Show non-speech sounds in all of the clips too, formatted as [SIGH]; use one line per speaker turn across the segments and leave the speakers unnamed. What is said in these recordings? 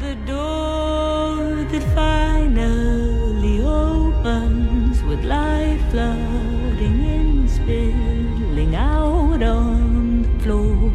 The door that finally opens with light flooding in, spilling out on the floor.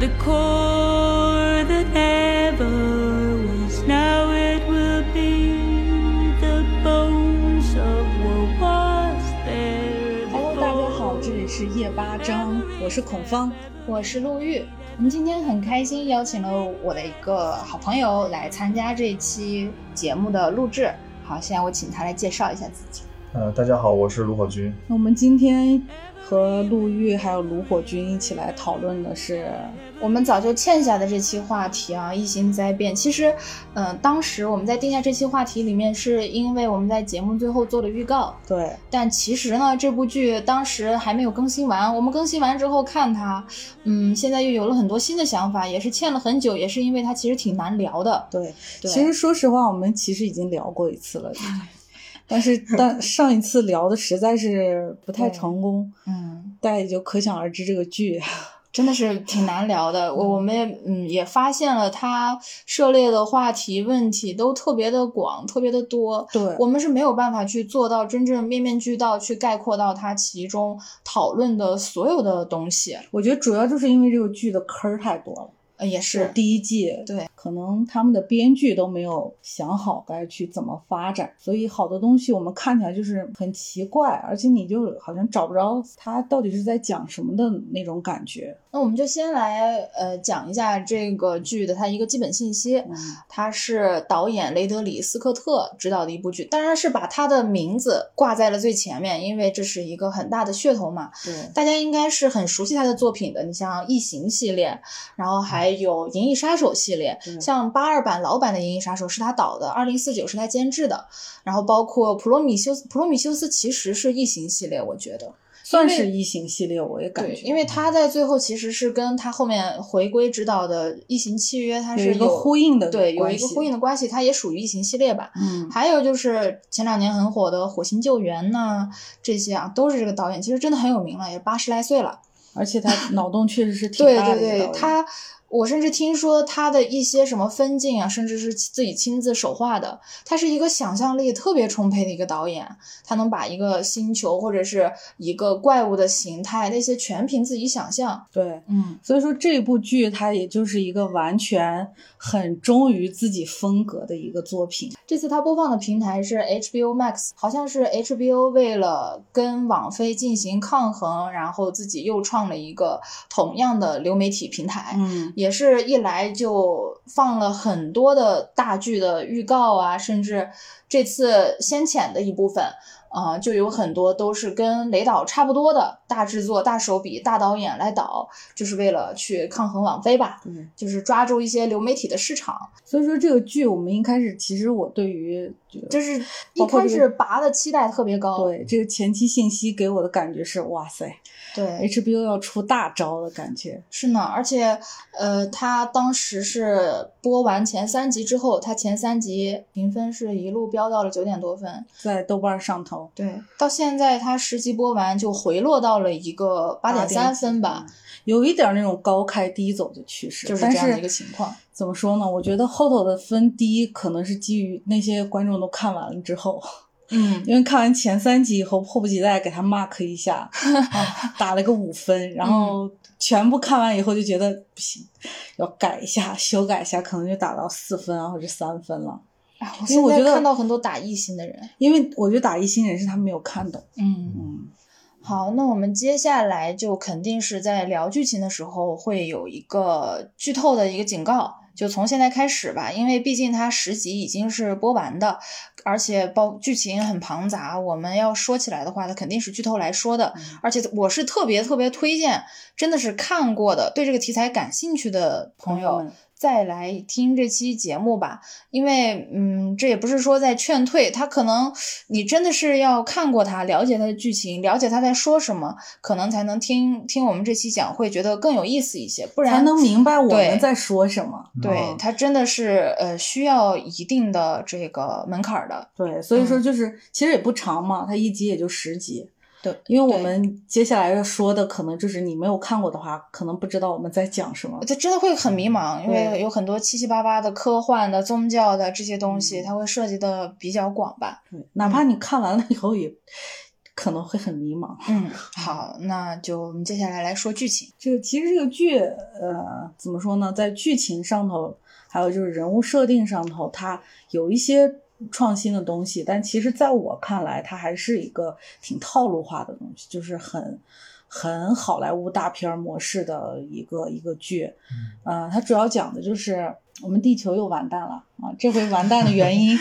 The core that never was, now it will be. The bones of what was there.
Hello，大家好，
before.
这里是夜八章，我是孔芳。
我是陆玉，我们今天很开心邀请了我的一个好朋友来参加这期节目的录制。好，现在我请他来介绍一下自己。
呃，大家好，我是卢火军。
那我们今天和陆玉还有卢火军一起来讨论的是，
我们早就欠下的这期话题啊，疫情灾变。其实，嗯、当时我们在定下这期话题里面，是因为我们在节目最后做了预告。
对，
但其实呢，这部剧当时还没有更新完，我们更新完之后看它，嗯，现在又有了很多新的想法，也是欠了很久，也是因为它其实挺难聊的。
对，
对
其实说实话，我们其实已经聊过一次了，但是 [LAUGHS] 但上一次聊的实在是不太
对
成功，
嗯，
大家也就可想而知这个剧。
真的是挺难聊的。我我们也嗯也发现了，它涉猎的话题问题都特别的广，特别的多。
对
我们是没有办法去做到真正面面俱到，去概括到它其中讨论的所有的东西。
我觉得主要就是因为这个剧的坑儿太多了。
呃，也是，
第一季，
对，
可能他们的编剧都没有想好该去怎么发展，所以好多东西我们看起来就是很奇怪，而且你就好像找不着他到底是在讲什么的那种感觉。
那我们就先来呃讲一下这个剧的它一个基本信息。它是导演雷德里·斯科特执导的一部剧，当然是把他的名字挂在了最前面，因为这是一个很大的噱头嘛。
对，
大家应该是很熟悉他的作品的，你像《异形》系列，然后还有《银翼杀手》系列，
对
像八二版老版的《银翼杀手》是他导的，《二零四九》是他监制的，然后包括普罗米修斯《普罗米修斯》其实是《异形》系列，我觉得，
算是异形系列，我也感
对，
觉
因为他在最后其实是跟他后面回归执导的《异形契约》，它
有
是
一个呼应的
对，有一
关
个
系
呼应的关系，它也属于《异形》系列吧。
嗯，
还有就是前两年很火的《火星救援》呐，这些啊都是这个导演，其实真的很有名了，也八十来岁了。
而且
[LAUGHS]
他脑洞确实是挺
对
大的
对
一个导
对
演，
他，我甚至听说他的一些什么分镜啊，甚至是自己亲自手画的。他是一个想象力特别充沛的一个导演，他能把一个星球或者是一个怪物的形态那些全凭自己想象。
对。
嗯，
所以说这部剧它也就是一个完全很忠于自己风格的一个作品，
这次他播放的平台是 HBO Max，好像是 HBO 为了跟网飞进行抗衡，然后自己又创了一个同样的流媒体平台。
嗯，
也是一来就放了很多的大剧的预告啊，甚至这次先遣的一部分，啊、就有很多都是跟雷导差不多的大制作、大手笔、大导演来导，就是为了去抗衡网飞吧，
对。
就是抓住一些流媒体的市场。
所以说这个剧我们一开始其实我对于这个
就是一
包括
开
这
始
个
拔的期待特别高，
对这个前期信息给我的感觉是，哇塞
对，
，HBO 要出大招的感觉。
是呢，而且，呃，他当时是播完前三集之后，他前三集评分是一路飙到了九点多分，
在豆瓣上头
对，到现在它十集播完就回落到了一个八点三分吧，，
嗯有一点那种高开低走的趋势，
就是
但
这样的一个情况。
怎么说呢？我觉得后头的分低可能是基于那些观众都看完了之后，
嗯，
因为看完前三集以后，迫不及待给他 mark 一下，啊、打了个五分，然
嗯
后全部看完以后就觉得不行，要改一下，修改一下，可能就打到四分啊或者三分了。
哎我
因为
现
我
在
觉得
看到很多打异性的人。
因为我觉得打一星人是他没有看懂，
嗯，
嗯，
好，那我们接下来就肯定是在聊剧情的时候会有一个剧透的一个警告。就从现在开始吧，因为毕竟它十集已经是播完的，而且包剧情很庞杂，我们要说起来的话，它肯定是剧透来说的。而且我是特别特别推荐，真的是看过的，对这个题材感兴趣的朋友，
们
再来听这期节目吧，因为嗯，这也不是说在劝退，他可能你真的是要看过他，了解他的剧情，了解他在说什么，可能才能听听我们这期讲，会觉得更有意思一些，不然
才能明白我
对
们在说什么。
对
嗯
他真的是呃需要一定的这个门槛儿的，嗯
对，所以说就是、其实也不长嘛，它一集也就十集，
对，
因为我
对
们接下来要说的，可能就是你没有看过的话，可能不知道我们在讲什么。
他真的会很迷茫，因为
对
有很多七七八八的科幻的、宗教的这些东
嗯
西，它会涉及的比较广吧。
对哪怕你看完了以后，也可能会很迷茫。 [LAUGHS]
嗯，好，那就我们接下来来说剧情。
就其实这个剧，呃，怎么说呢，在剧情上头，还有就是人物设定上头，它有一些创新的东西，但其实在我看来，它还是一个挺套路化的东西，就是很很好莱坞大片儿模式的一个一个剧。
嗯
呃，它主要讲的就是我们地球又完蛋了啊！这回完蛋的
[LAUGHS]
原因，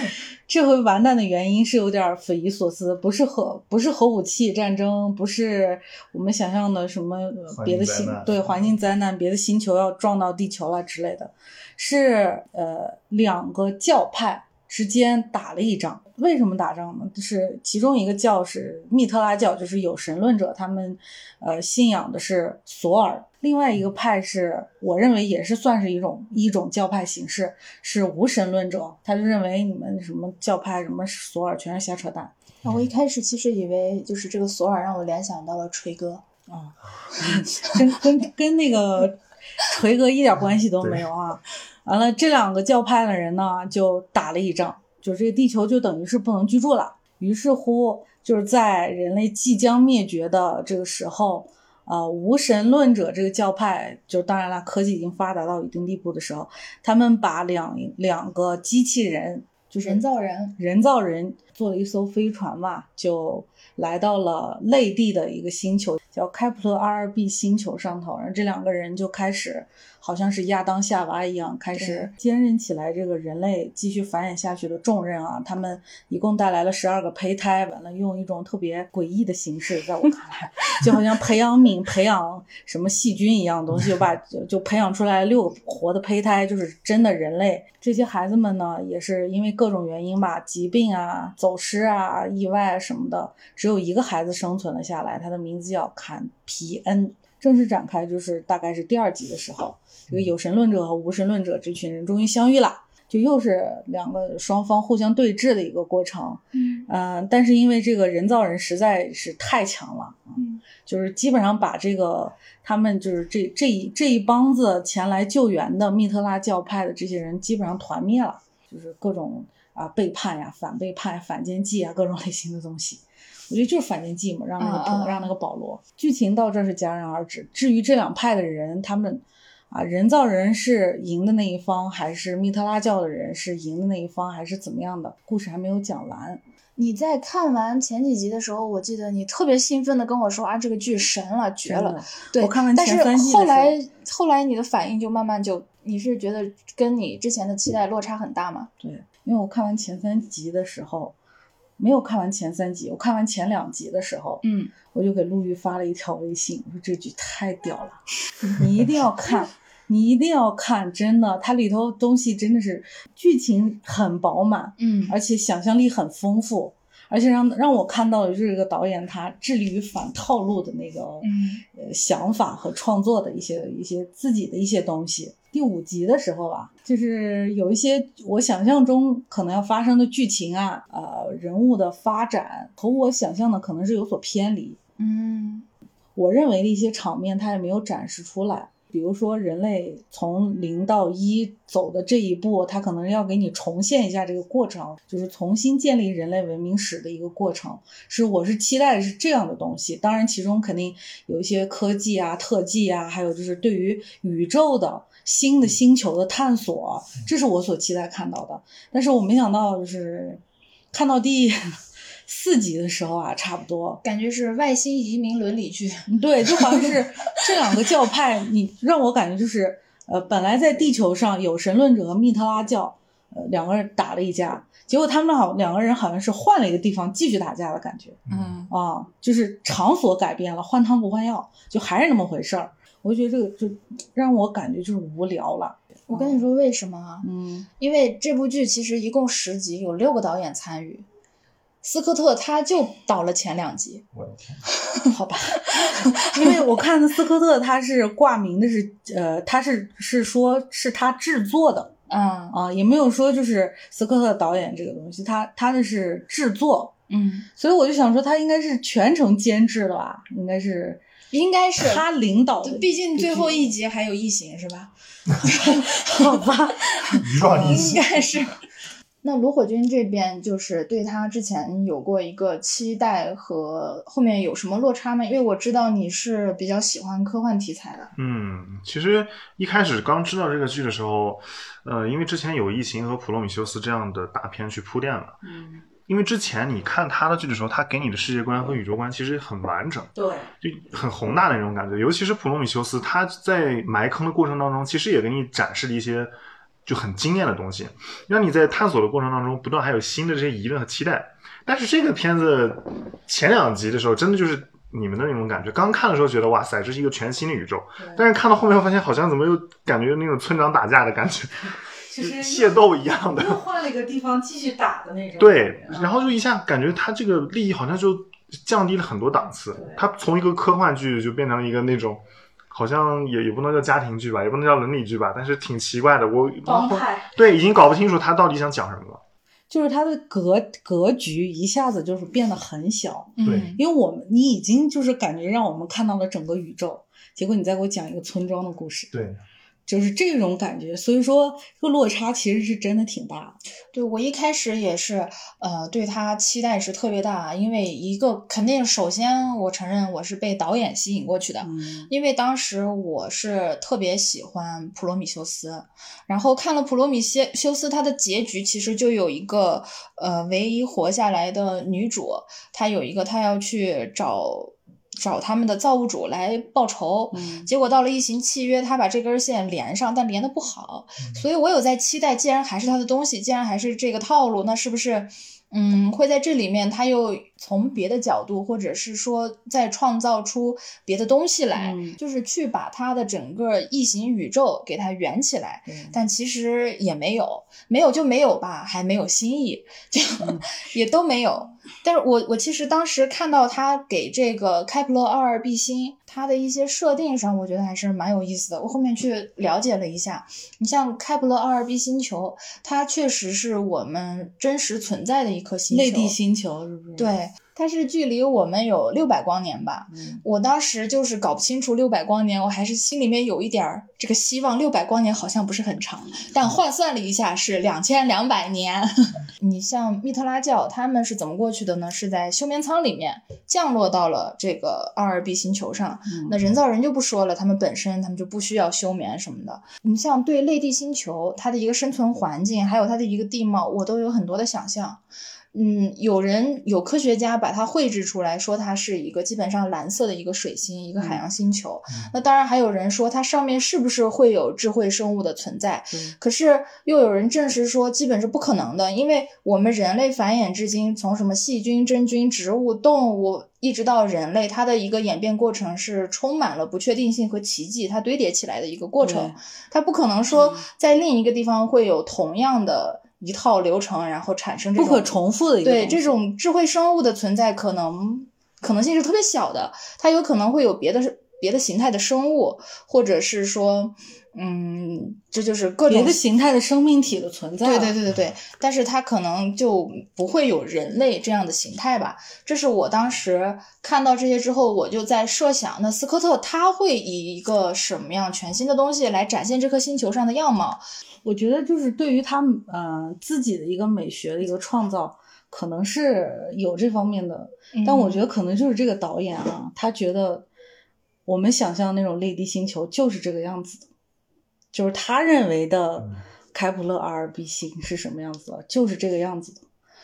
这回完蛋的原因是有点儿匪夷所思，不是核不是核武器战争，不是我们想象的什么呃
环
别的
境灾
星
难嗯
对环境灾难，别的星球要撞到地球了之类的，是呃两个教派之间打了一仗。为什么打仗呢？就是其中一个教是密特拉教，就是有神论者，他们呃信仰的是索尔；另外一个派是我认为也是算是一种一种教派形式，是无神论者，他就认为你们什么教派什么索尔全是瞎扯淡。
那我一开始其实以为就是这个索尔让我联想到了锤哥，
跟跟跟那个锤哥一点关系都没有啊。完了，这两个教派的人呢，就打了一仗，就这个地球就等于是不能居住了。于是乎，就是在人类即将灭绝的这个时候，呃，无神论者这个教派，就当然了，科技已经发达到一定地步的时候，他们把两两个机器人，就是
人造人。
人造人坐了一艘飞船嘛，就来到了类地的一个星球，叫开普勒 r b 星球上头。然后这两个人就开始，好像是亚当夏娃一样，开始兼任起来这个人类继续繁衍下去的重任啊。他们一共带来了十二个胚胎，完了用一种特别诡异的形式，在我看来，就好像培养皿培养什么细菌一样的东西，就把就就培养出来六个活的胚胎，就是真的人类。这些孩子们呢，也是因为各种原因吧，疾病啊、走失啊、意外啊什么的，只有一个孩子生存了下来，他的名字叫坎皮恩。正式展开就是大概是第二集的时候，这个有神论者和无神论者这群人终于相遇了。就又是两个双方互相对峙的一个过程，
嗯
嗯、但是因为这个人造人实在是太强了，啊
嗯，
就是基本上把这个他们就是这这一这一帮子前来救援的密特拉教派的这些人基本上团灭了，就是各种啊背叛呀、反背叛呀、反间计啊各种类型的东西。我觉得就是反间计嘛，让那个
啊啊
让那个保罗。剧情到这儿是戛然而止。至于这两派的人，他们啊，人造人是赢的那一方，还是密特拉教的人是赢的那一方，还是怎么样的？故事还没有讲完。
你在看完前几集的时候，我记得你特别兴奋的跟我说啊，这个剧神了，绝了。，对，
我看完
但
前
是
三季的时候
后来后来你的反应就慢慢就，你是觉得跟你之前的期待落差很大吗？
对，因为我看完前三集的时候，没有看完前三集，我看完前两集的时候，
嗯，
我就给陆羽发了一条微信，我说这剧太屌了，你一定要看，你一定要看，真的，它里头东西真的是剧情很饱满，
嗯
而且想象力很丰富，而且让让我看到的就是这个导演他致力于反套路的那个、
嗯
呃想法和创作的一些一些自己的一些东西。第五集的时候吧，就是有一些我想象中可能要发生的剧情啊，呃，人物的发展和我想象的可能是有所偏离。
嗯
我认为的一些场面，它也没有展示出来。比如说，人类从零到一走的这一步，它可能要给你重现一下这个过程，就是重新建立人类文明史的一个过程。是我是期待的是这样的东西。当然，其中肯定有一些科技啊、特技啊，还有就是对于宇宙的新的星球的探索，这是我所期待看到的。但是我没想到，就是看到第四集的时候啊，差不多
感觉是外星移民伦理剧。
对，就好像是这两个教派，你让我感觉就是，呃，本来在地球上有神论者和密特拉教，呃，两个人打了一架，结果他们好两个人好像是换了一个地方继续打架的感觉
嗯，
啊，就是场所改变了，换汤不换药，就还是那么回事儿。我就觉得这个就让我感觉就是无聊了，
我跟你说为什么啊？
嗯，
因为这部剧其实一共十集，有六个导演参与。斯科特他就导了前两集，
我的天，
[LAUGHS]
好吧，因为我看斯科特他是挂名的是，呃，他是是说是他制作的，
嗯
啊，也没有说就是斯科特导演这个东西，他他的是制作，
嗯，
所以我就想说，他应该是全程监制的吧？应该是
应该是
他领导的，
毕竟最后一集还有异形是吧？
好吧？
一状一
应该是。嗯 [LAUGHS] 那卢火军这边就是对他之前有过一个期待和后面有什么落差吗？因为我知道你是比较喜欢科幻题材的。
嗯，其实一开始刚知道这个剧的时候，呃，因为之前有《异形》和《普罗米修斯》这样的大片去铺垫了。
嗯，
因为之前你看他的剧的时候，他给你的世界观和宇宙观其实很完整，
对，
就很宏大的那种感觉。尤其是《普罗米修斯》，他在埋坑的过程当中，其实也给你展示了一些就很惊艳的东西，让你在探索的过程当中不断还有新的这些疑问和期待。但是这个片子前两集的时候，真的就是你们的那种感觉。刚看的时候觉得哇塞，这是一个全新的宇宙，但是看到后面发现好像怎么又感觉那种村长打架的感觉，
就
[LAUGHS] 械斗一样的。
换了一个地方继续打的那种啊
对，
嗯
然后就一下感觉他这个利益好像就降低了很多档次，他从一个科幻剧就变成了一个那种，好像也也不能叫家庭剧吧，也不能叫伦理剧吧，但是挺奇怪的。我
帮派
对已经搞不清楚他到底想讲什么了。
就是他的格格局一下子就是变得很小，
对
嗯
因为我们你已经就是感觉让我们看到了整个宇宙，结果你再给我讲一个村庄的故事，
对，
就是这种感觉。所以说这个落差其实是真的挺大的。
对我一开始也是，呃，对他期待是特别大，啊因为一个肯定首先我承认我是被导演吸引过去的，
嗯，
因为当时我是特别喜欢普罗米修斯，然后看了普罗米修修斯，它的结局其实就有一个呃，唯一活下来的女主，她有一个她要去找找他们的造物主来报仇。
嗯
结果到了异形契约，她把这根线连上，但连的不好，所以我有在期待，既然还是他的东西，既然还是这个套路，那是不是？嗯，会在这里面，他又从别的角度，或者是说再创造出别的东西来，
嗯
就是去把他的整个异形宇宙给它圆起来。但其实也没有，没有就没有吧，还没有新意，就、
嗯
[LAUGHS] 也都没有。但是我我其实当时看到他给这个开普勒二二 B 星它的一些设定上，我觉得还是蛮有意思的。我后面去了解了一下，你像开普勒二二 B 星球，它确实是我们真实存在的一颗星球，
内地星嗯球是不是？，
对，它是距离我们有六百光年吧。
嗯，
我当时就是搞不清楚六百光年，我还是心里面有一点儿这个希望。六百光年好像不是很长，但换算了一下是两千两百年。 [LAUGHS] 你像密特拉教他们是怎么过去的呢？是在休眠舱里面降落到了这个二二 B 星球上。那人造人就不说了，他们本身他们就不需要休眠什么的。你像对类地星球它的一个生存环境，还有它的一个地貌，我都有很多的想象。嗯，有人有科学家把它绘制出来，说它是一个基本上蓝色的一个水星，一个海洋星球。
嗯
那当然还有人说它上面是不是会有智慧生物的存在？
对
可是又有人证实说，基本是不可能的，因为我们人类繁衍至今，从什么细菌、真菌、植物、动物，一直到人类，它的一个演变过程是充满了不确定性和奇迹，它堆叠起来的一个过程
对。
它不可能说
嗯
在另一个地方会有同样的一套流程，然后产生这
不
种
可重复的一个
对
东西
这种智慧生物的存在，可能可能性是特别小的，它有可能会有别的别的形态的生物，或者是说，嗯，这就是各
别
种
的形态的生命体的存在。
对对对对对，但是它可能就不会有人类这样的形态吧？这是我当时看到这些之后，我就在设想，那斯科特他会以一个什么样全新的东西来展现这颗星球上的样貌？
我觉得就是对于他们呃自己的一个美学的一个创造，可能是有这方面的，但
嗯
我觉得可能就是这个导演啊，他觉得我们想象那种类地星球就是这个样子的，就是他认为的
嗯
开普勒 RB 星是什么样子的，就是这个样子的。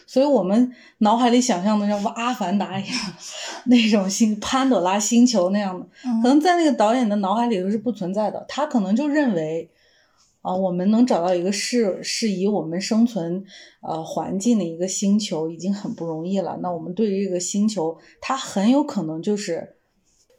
所以我们脑海里想象的像阿凡达一样 [LAUGHS] 那种星潘朵拉星球那样的，
嗯
可能在那个导演的脑海里头是不存在的，他可能就认为，啊、我们能找到一个适适宜我们生存呃环境的一个星球已经很不容易了，那我们对于这个星球，它很有可能就是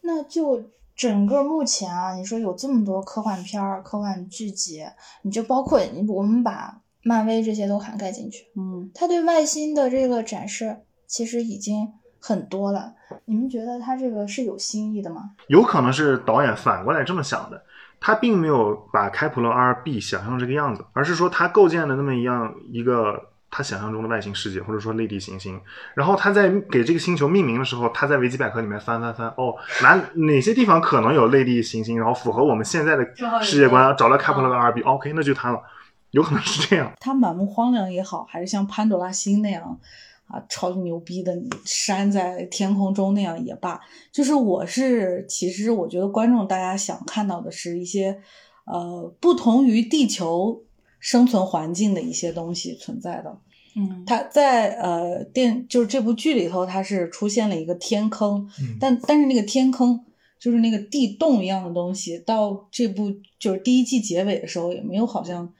那就整个目前啊，你说有这么多科幻片儿、科幻剧集，你就包括你我们把漫威这些都涵盖进去，
嗯，
他对外星的这个展示其实已经很多了。你们觉得他这个是有新意的吗？
有可能是导演反过来这么想的，他并没有把开普勒 R B 想象这个样子，而是说他构建了那么一样一个他想象中的外星世界，或者说类地行星。然后他在给这个星球命名的时候，他在维基百科里面翻翻翻，哦，哪哪些地方可能有类地行星，然后符合我们现在
正好有一
的
个
世界观，找到开普勒跟阿尔比，OK，那就哦它了，有可能是这样。
它满目荒凉也好，还是像潘朵拉星那样啊，超级牛逼的山在天空中那样也罢，就是我是其实我觉得观众大家想看到的是一些呃不同于地球生存环境的一些东西存在的。
嗯，
它在呃电就是这部剧里头，它是出现了一个天坑，
嗯
但但是那个天坑就是那个地洞一样的东西，到这部就是第一季结尾的时候，也没有好像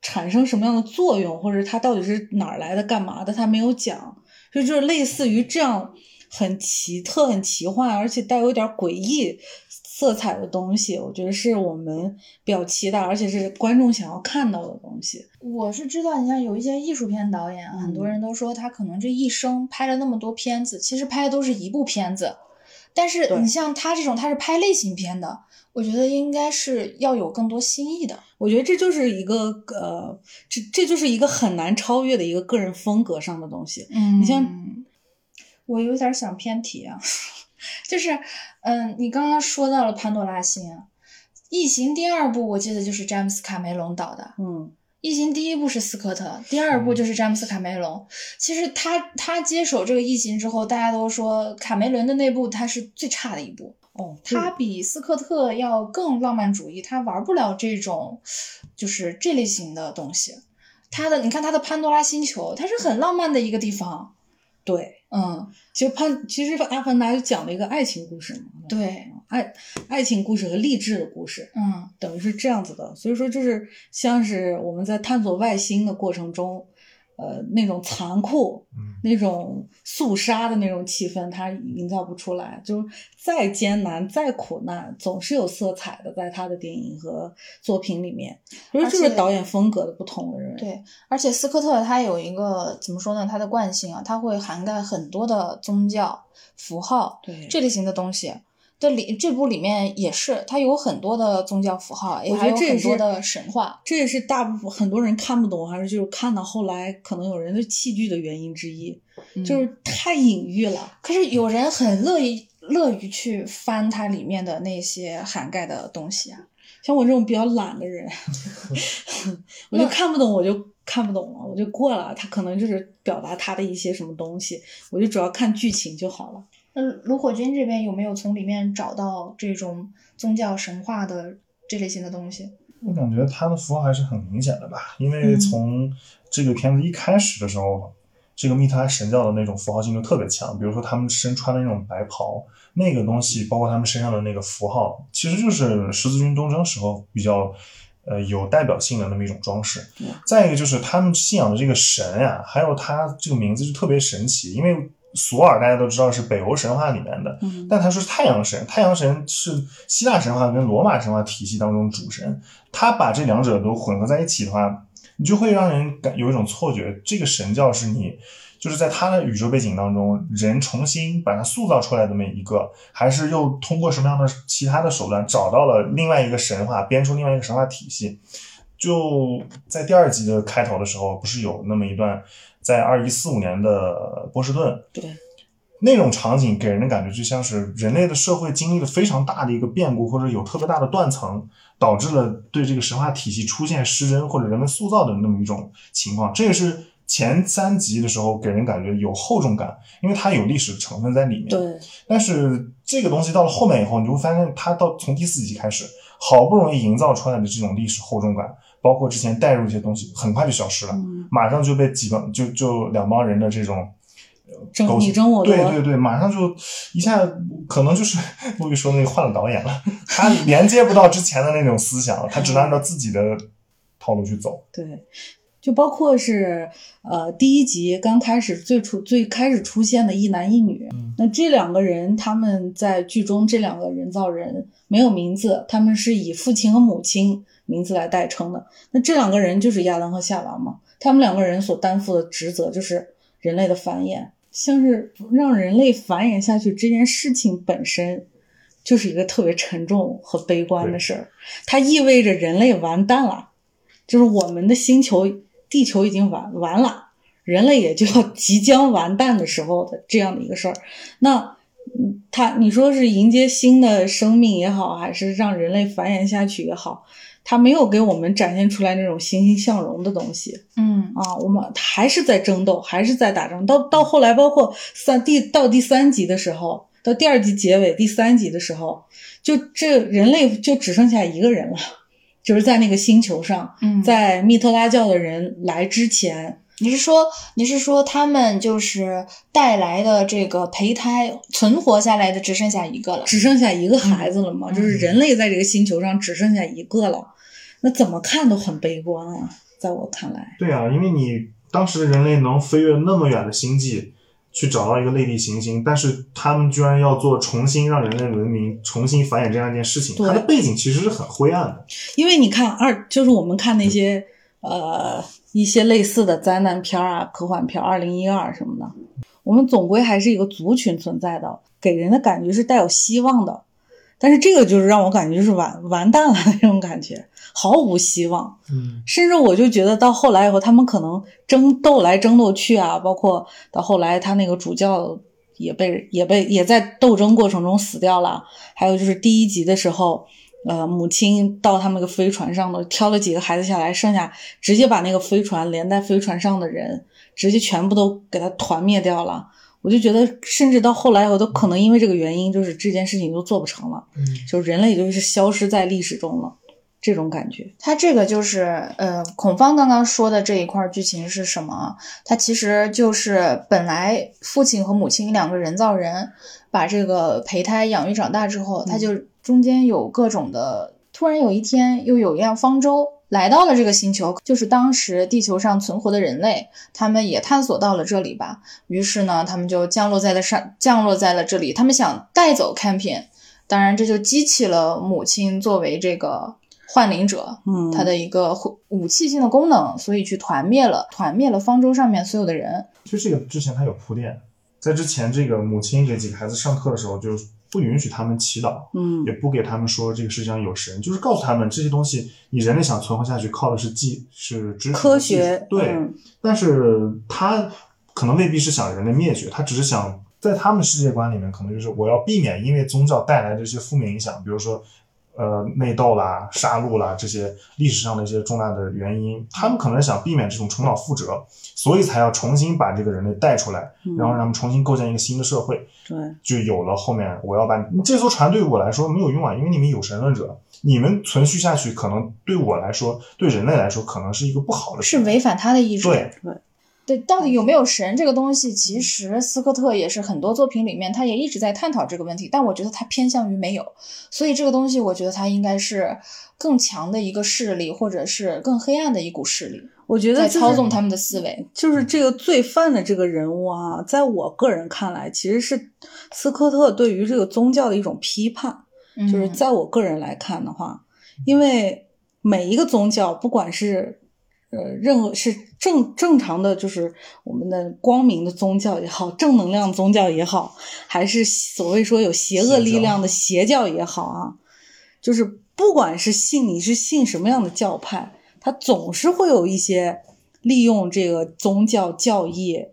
产生什么样的作用，或者它到底是哪儿来的、干嘛的，它没有讲，就就是类似于这样很奇特、很奇幻，而且带有一点诡异色彩的东西，我觉得是我们比较期待，而且是观众想要看到的东西。
我是知道，你像有一些艺术片导演，啊很多
嗯
人都说他可能这一生拍了那么多片子，其实拍的都是一部片子。但是
对
你像他这种，他是拍类型片的，我觉得应该是要有更多新意的。
我觉得这就是一个呃，这这就是一个很难超越的一个个人风格上的东西。
嗯
像
我有点想偏题啊， [LAUGHS] 就是，嗯，你刚刚说到了潘多拉星，《异形》第二部我记得就是詹姆斯卡梅隆导的，
嗯，
《异形》第一部是斯科特，第二部就是詹姆斯卡梅隆。其实他他接手这个《异形》之后，大家都说卡梅伦的那部他是最差的一部，
哦，
他比斯科特要更浪漫主义，他玩不了这种就是这类型的东西。他的你看他的潘多拉星球，它是很浪漫的一个地方，
对，
嗯，
其实潘其实《阿凡达》就讲了一个爱情故事嘛，
对，
爱爱情故事和励志的故事，
嗯
等于是这样子的。所以说，就是像是我们在探索外星的过程中，呃，那种残酷，
嗯，
那种肃杀的那种气氛，它营造不出来。就是再艰难、再苦难，总是有色彩的，在他的电影和作品里面。我觉得
而
就
且
是导演风格的不同，我认为。，
对，而且斯科特他有一个怎么说呢？他的惯性啊，他会涵盖很多的宗教符号
对
这类型的东西。这里这部里面也是，它有很多的宗教符号，也
我觉
还
得
有
这也
很多
是
的神话。
这也是大部分很多人看不懂，还是就是看到后来可能有人的弃剧的原因之一，就
就是
是太隐喻了。
可是有人很乐意乐于去翻它里面的那些涵盖的东西啊。
像我这种比较懒的
[LAUGHS]
人，我就看不懂，我就看不懂了，我就过了。他可能就是表达他的一些什么东西，我就主要看剧情就好了。
那卢火军这边有没有从里面找到这种宗教神话的这类型的东西？
我感觉它的符号还是很明显的吧，因为
嗯
从这个片子一开始的时候，这个密特拉神教的那种符号性就特别强。比如说他们身穿的那种白袍，那个东西，包括他们身上的那个符号，其实就是十字军东征时候比较呃有代表性的那么一种装饰。再一个就是他们信仰的这个神呀、还有他这个名字就特别神奇，因为索尔大家都知道是北欧神话里面的，
嗯，
但他说是太阳神，太阳神是希腊神话跟罗马神话体系当中主神，他把这两者都混合在一起的话，你就会让人感有一种错觉，这个神教是你就是在他的宇宙背景当中，人重新把它塑造出来的那么一个，还是又通过什么样的其他的手段找到了另外一个神话，编出另外一个神话体系。就在第二集的开头的时候，不是有那么一段，在二一四五年的波士顿，
对。
那种场景给人的感觉就像是人类的社会经历了非常大的一个变故，或者有特别大的断层，导致了对这个神话体系出现失真或者人们塑造的那么一种情况。这也是前三集的时候给人感觉有厚重感，因为它有历史成分在里面。
对，
但是这个东西到了后面以后，你就会发现，它到从第四集开始，好不容易营造出来的这种历史厚重感，包括之前带入一些东西，很快就消失了，
嗯
马上就被几帮就就两帮人的这种。
争
勾
你争我夺
对对对，马上就一下，可能就是陆毅说那个换了导演了， [LAUGHS] 他连接不到之前的那种思想，他只能按照自己的套路去走。
对，就包括是呃第一集刚开始最初最开始出现的一男一女，
嗯
那这两个人他们在剧中这两个人造人没有名字，他们是以父亲和母亲名字来代称的。那这两个人就是亚当和夏娃嘛，他们两个人所担负的职责就是人类的繁衍，像是让人类繁衍下去这件事情本身。就是一个特别沉重和悲观的
对
事儿，它意味着人类完蛋了，就是我们的星球地球已经完完了，人类也就要即将完蛋的时候的这样的一个事儿。那嗯他你说是迎接新的生命也好，还是让人类繁衍下去也好，他没有给我们展现出来那种欣欣向荣的东西。
嗯
啊，我们还是在争斗，还是在打仗。到到后来，包括三第到第三集的时候，到第二集结尾第三集的时候，就这人类就只剩下一个人了，就是在那个星球上，
嗯，
在密特拉教的人来之前，
你是说你是说他们就是带来的这个胚胎存活下来的只剩下一个了？
只剩下一个孩子了嘛，
嗯
就是人类在这个星球上只剩下一个了，那怎么看都很悲观啊，在我看来，
对啊，因为你当时人类能飞越那么远的星际，去找到一个类地行星，但是他们居然要做重新让人类文明重新繁衍这样一件事情，
对
它的背景其实是很灰暗的。
因为你看二就是我们看那些呃一些类似的灾难片儿啊、科幻片儿，二零一二什么的，我们总归还是一个族群存在的，给人的感觉是带有希望的。但是这个就是让我感觉就是完完蛋了那种感觉，毫无希望。
嗯，
甚至我就觉得到后来以后，他们可能争斗来争斗去啊，包括到后来他那个主教也被也被也在斗争过程中死掉了。还有就是第一集的时候，呃，母亲到他们那个飞船上头挑了几个孩子下来，剩下直接把那个飞船连带飞船上的人直接全部都给他团灭掉了。我就觉得，甚至到后来以后，都可能因为这个原因，就是这件事情就做不成了，
嗯
就是人类就是消失在历史中了，这种感觉。
它这个就是呃，孔方刚刚说的这一块剧情是什么啊？它其实就是本来父亲和母亲两个人造人把这个胚胎养育长大之后，他就中间有各种的，突然有一天又有一辆方舟。来到了这个星球，就是当时地球上存活的人类，他们也探索到了这里吧。于是呢，他们就降落在了上，降落在了这里。他们想带走 Campion，当然这就激起了母亲作为这个幻灵者，
嗯，
它的一个武武器性的功能，所以去团灭了团灭了方舟上面所有的人。
就这个之前它有铺垫，在之前这个母亲给几个孩子上课的时候，就不允许他们祈祷，
嗯
也不给他们说这个世界上有神，就是告诉他们这些东西，你人类想存活下去靠的是技是知识和
科
技术
学
对，
嗯
但是他可能未必是想人类灭绝，他只是想在他们世界观里面，可能就是我要避免因为宗教带来这些负面影响，比如说呃内斗啦、杀戮啦这些历史上的一些重大的原因，他们可能想避免这种重蹈覆辙，所以才要重新把这个人类带出来，
嗯
然后让他们重新构建一个新的社会。
对，
就有了后面我要把你这艘船对我来说没有用啊，因为你们有神论者，你们存续下去，可能对我来说，对人类来说，可能是一个不好的事
是
情。
违反他的意志。
对，
对，到底有没有神这个东西，其实斯科特也是很多作品里面，他也一直在探讨这个问题。但我觉得他偏向于没有，所以这个东西，我觉得他应该是更强的一个势力，或者是更黑暗的一股势力，
我觉得、
在
就是、
操纵他们的思维。
就是这个罪犯的这个人物啊，在我个人看来，其实是斯科特对于这个宗教的一种批判。就是
嗯
在我个人来看的话，因为每一个宗教，不管是呃任何是正正常的，就是我们的光明的宗教也好，正能量宗教也好，还是所谓说有邪恶力量的邪教也好啊，就是不管是信你是信什么样的教派，它总是会有一些利用这个宗教教义。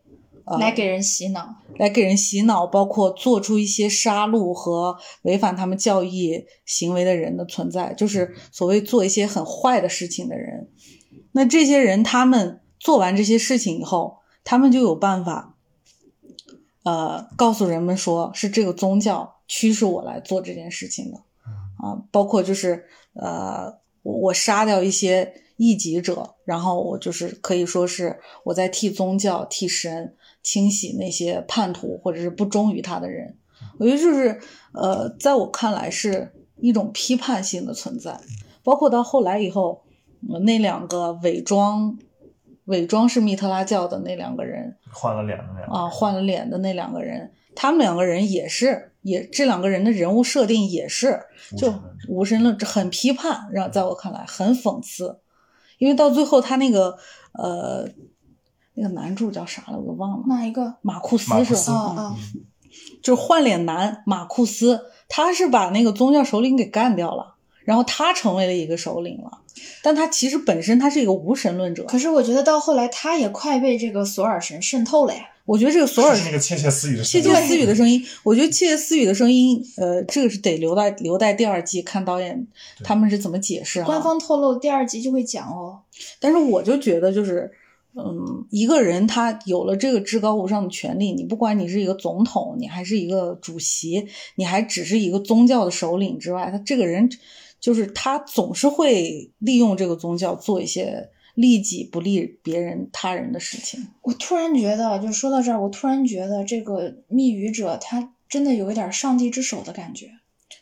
呃、
来给人洗脑。
来给人洗脑，包括做出一些杀戮和违反他们教义行为的人的存在，就是所谓做一些很坏的事情的人。那这些人他们做完这些事情以后，他们就有办法，呃，告诉人们说是这个宗教驱使我来做这件事情的啊，包括就是呃，我我杀掉一些异己者，然后我就是可以说是我在替宗教、替神清洗那些叛徒或者是不忠于他的人。我觉得就是呃，在我看来是一种批判性的存在，包括到后来以后，呃那两个伪装伪装是密特拉教的那两个人，
换了脸的脸
啊，换了脸的那两个人，他们两个人也是，也这两个人的人物设定也是
无
就
神论者
无神论，这很批判，让在我看来很讽刺，因为到最后他那个呃那个男主叫啥了，我给忘了，
哪一个？
马库斯
马库
是
斯
吧？
啊
嗯
啊！
就是换脸男马库斯，他是把那个宗教首领给干掉了，然后他成为了一个首领了，但他其实本身他是一个无神论者。
可是我觉得到后来，他也快被这个索尔神渗透了呀。
我觉得这个索
就
尔
是那个窃窃私语的声
窃
音，
窃私语的声音，我觉得窃窃私语的声音，呃，这个是得留待留待第二季看导演
对
他们是怎么解释、啊。
官，方透露第二集就会讲哦。
但是我就觉得就是。嗯，一个人他有了这个至高无上的权利，你不管你是一个总统，你还是一个主席，你还只是一个宗教的首领之外，他这个人就是他总是会利用这个宗教做一些利己不利别人他人的事情。
我突然觉得，就说到这儿，我突然觉得这个密语者他真的有一点上帝之手的感觉。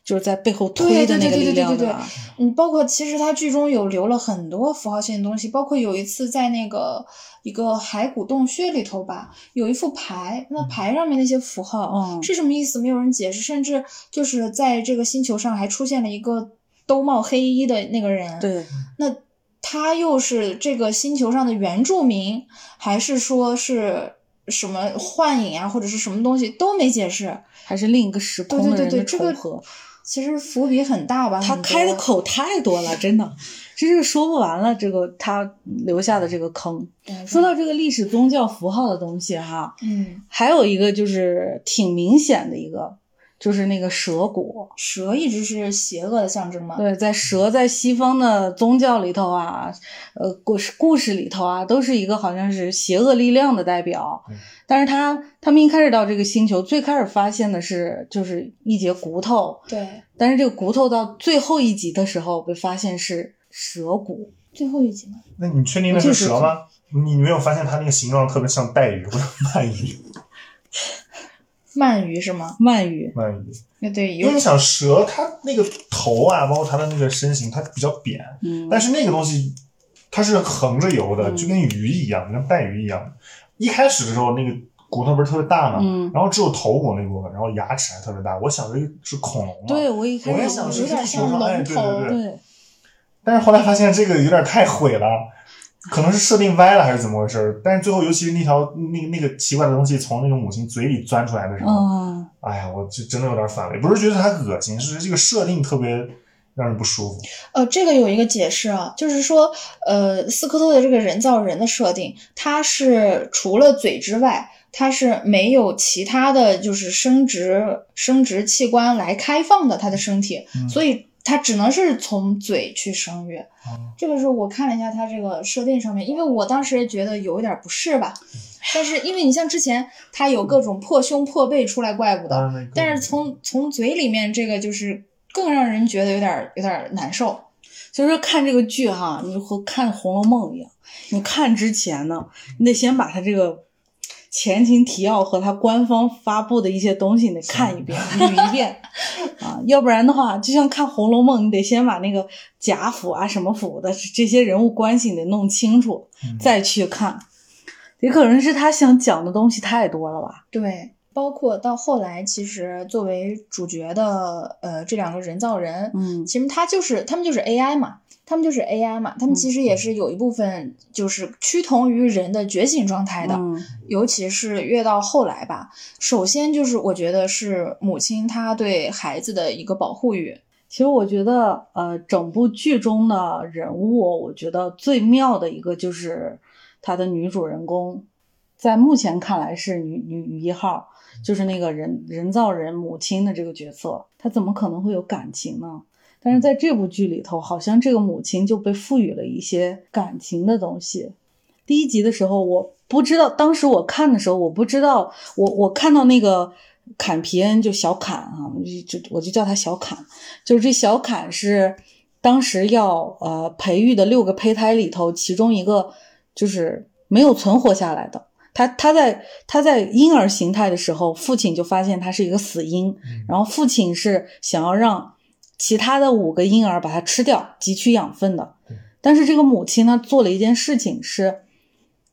就是在背后推的那啊个力量，
对对对对对对
吧？
嗯，包括其实他剧中有留了很多符号性的东西，包括有一次在那个一个骸骨洞穴里头吧，有一副牌，那牌上面那些符号、
嗯
是什么意思，没有人解释，甚至就是在这个星球上还出现了一个兜帽黑衣的那个人，，
对，
那他又是这个星球上的原住民，还是说是什么幻影啊，或者是什么东西都没解释，
还是另一个时
对
空
对
的
对
人
对，
的
这
重
个
合。
其实伏笔很大吧，
他
很
开的
多
口太多了，真的，这是说不完了。这个他留下的这个坑。
对
说到这个历史宗教符号的东西哈，
嗯，
还有一个就是挺明显的一个，就是那个蛇骨。
蛇一直是邪恶的象征嘛。
对，在蛇在西方的宗教里头啊，呃，故事故事里头啊，都是一个好像是邪恶力量的代表
嗯。
但是他他们一开始到这个星球，最开始发现的是就是一节骨头，
对，
但是这个骨头到最后一集的时候被发现是蛇骨，
最后一集嘛，
那你确定那是蛇吗？你没有发现它那个形状特别像带鱼或者鳗鱼？
鳗鱼是吗？
鳗鱼。
鳗鱼，
那对，
因
有
为你想蛇它那个头啊，包括它的那个身形，它比较扁，
嗯，
但是那个东西它是横着游的，
嗯
就跟鱼一样，跟带鱼一样。一开始的时候，那个骨头不是特别大嘛，
嗯
然后只有头骨那部分，然后牙齿还特别大。我想着是恐龙嘛，
对我一
我
开
也
始
想
我
是
有点
这
像
球上，哎，
龙
对
头
对对。
对，
但是后来发现这个有点太毁了，可能是设定歪了还是怎么回事儿？但是最后，尤其是那条那那个奇怪的东西从那个母亲嘴里钻出来的时候，
嗯，
哎呀，我就真的有点反胃，不是觉得它恶心，是这个设定特别让人不舒服。
呃，这个有一个解释啊，就是说，呃，斯科特的这个人造人的设定，它是除了嘴之外，它是没有其他的就是生殖生殖器官来开放的，它的身体，
嗯
所以它只能是从嘴去生育。
哦
这个是我看了一下它这个设定上面，因为我当时也觉得有一点不适吧，但是因为你像之前它有各种破胸破背出来怪物的，
嗯当然那个
但是从从嘴里面这个就是更让人觉得有点儿有点儿难受。
所以说看这个剧哈，你就和看《红楼梦》一样，你看之前呢，你得先把它这个前情提要和它官方发布的一些东西你得看一遍、捋一遍啊，要不然的话，就像看《红楼梦》，你得先把那个贾府啊、什么府的这些人物关系你得弄清楚，
嗯
再去看。也可能是他想讲的东西太多了吧？
对，包括到后来，其实作为主角的呃这两个人造人，
嗯
其实他就是他们就是 AI 嘛，他们就是 AI 嘛，他们
嗯
其实也是有一部分就是趋同于人的觉醒状态的。
嗯
尤其是越到后来吧，首先就是我觉得是母亲她对孩子的一个保护欲，
其实我觉得，呃，整部剧中的人物，我觉得最妙的一个就是她的女主人公，在目前看来是女女女一号，就是那个人人造人母亲的这个角色，她怎么可能会有感情呢？但是在这部剧里头，好像这个母亲就被赋予了一些感情的东西。第一集的时候，我不知道，当时我看的时候，我不知道，我我看到那个坎皮恩就小坎啊，我就就我就叫他小坎。就是这小坎是当时要呃培育的六个胚胎里头，其中一个就是没有存活下来的。他他在他在婴儿形态的时候，父亲就发现他是一个死婴，
嗯
然后父亲是想要让其他的五个婴儿把它吃掉，汲取养分的
对。
但是这个母亲呢，做了一件事情是，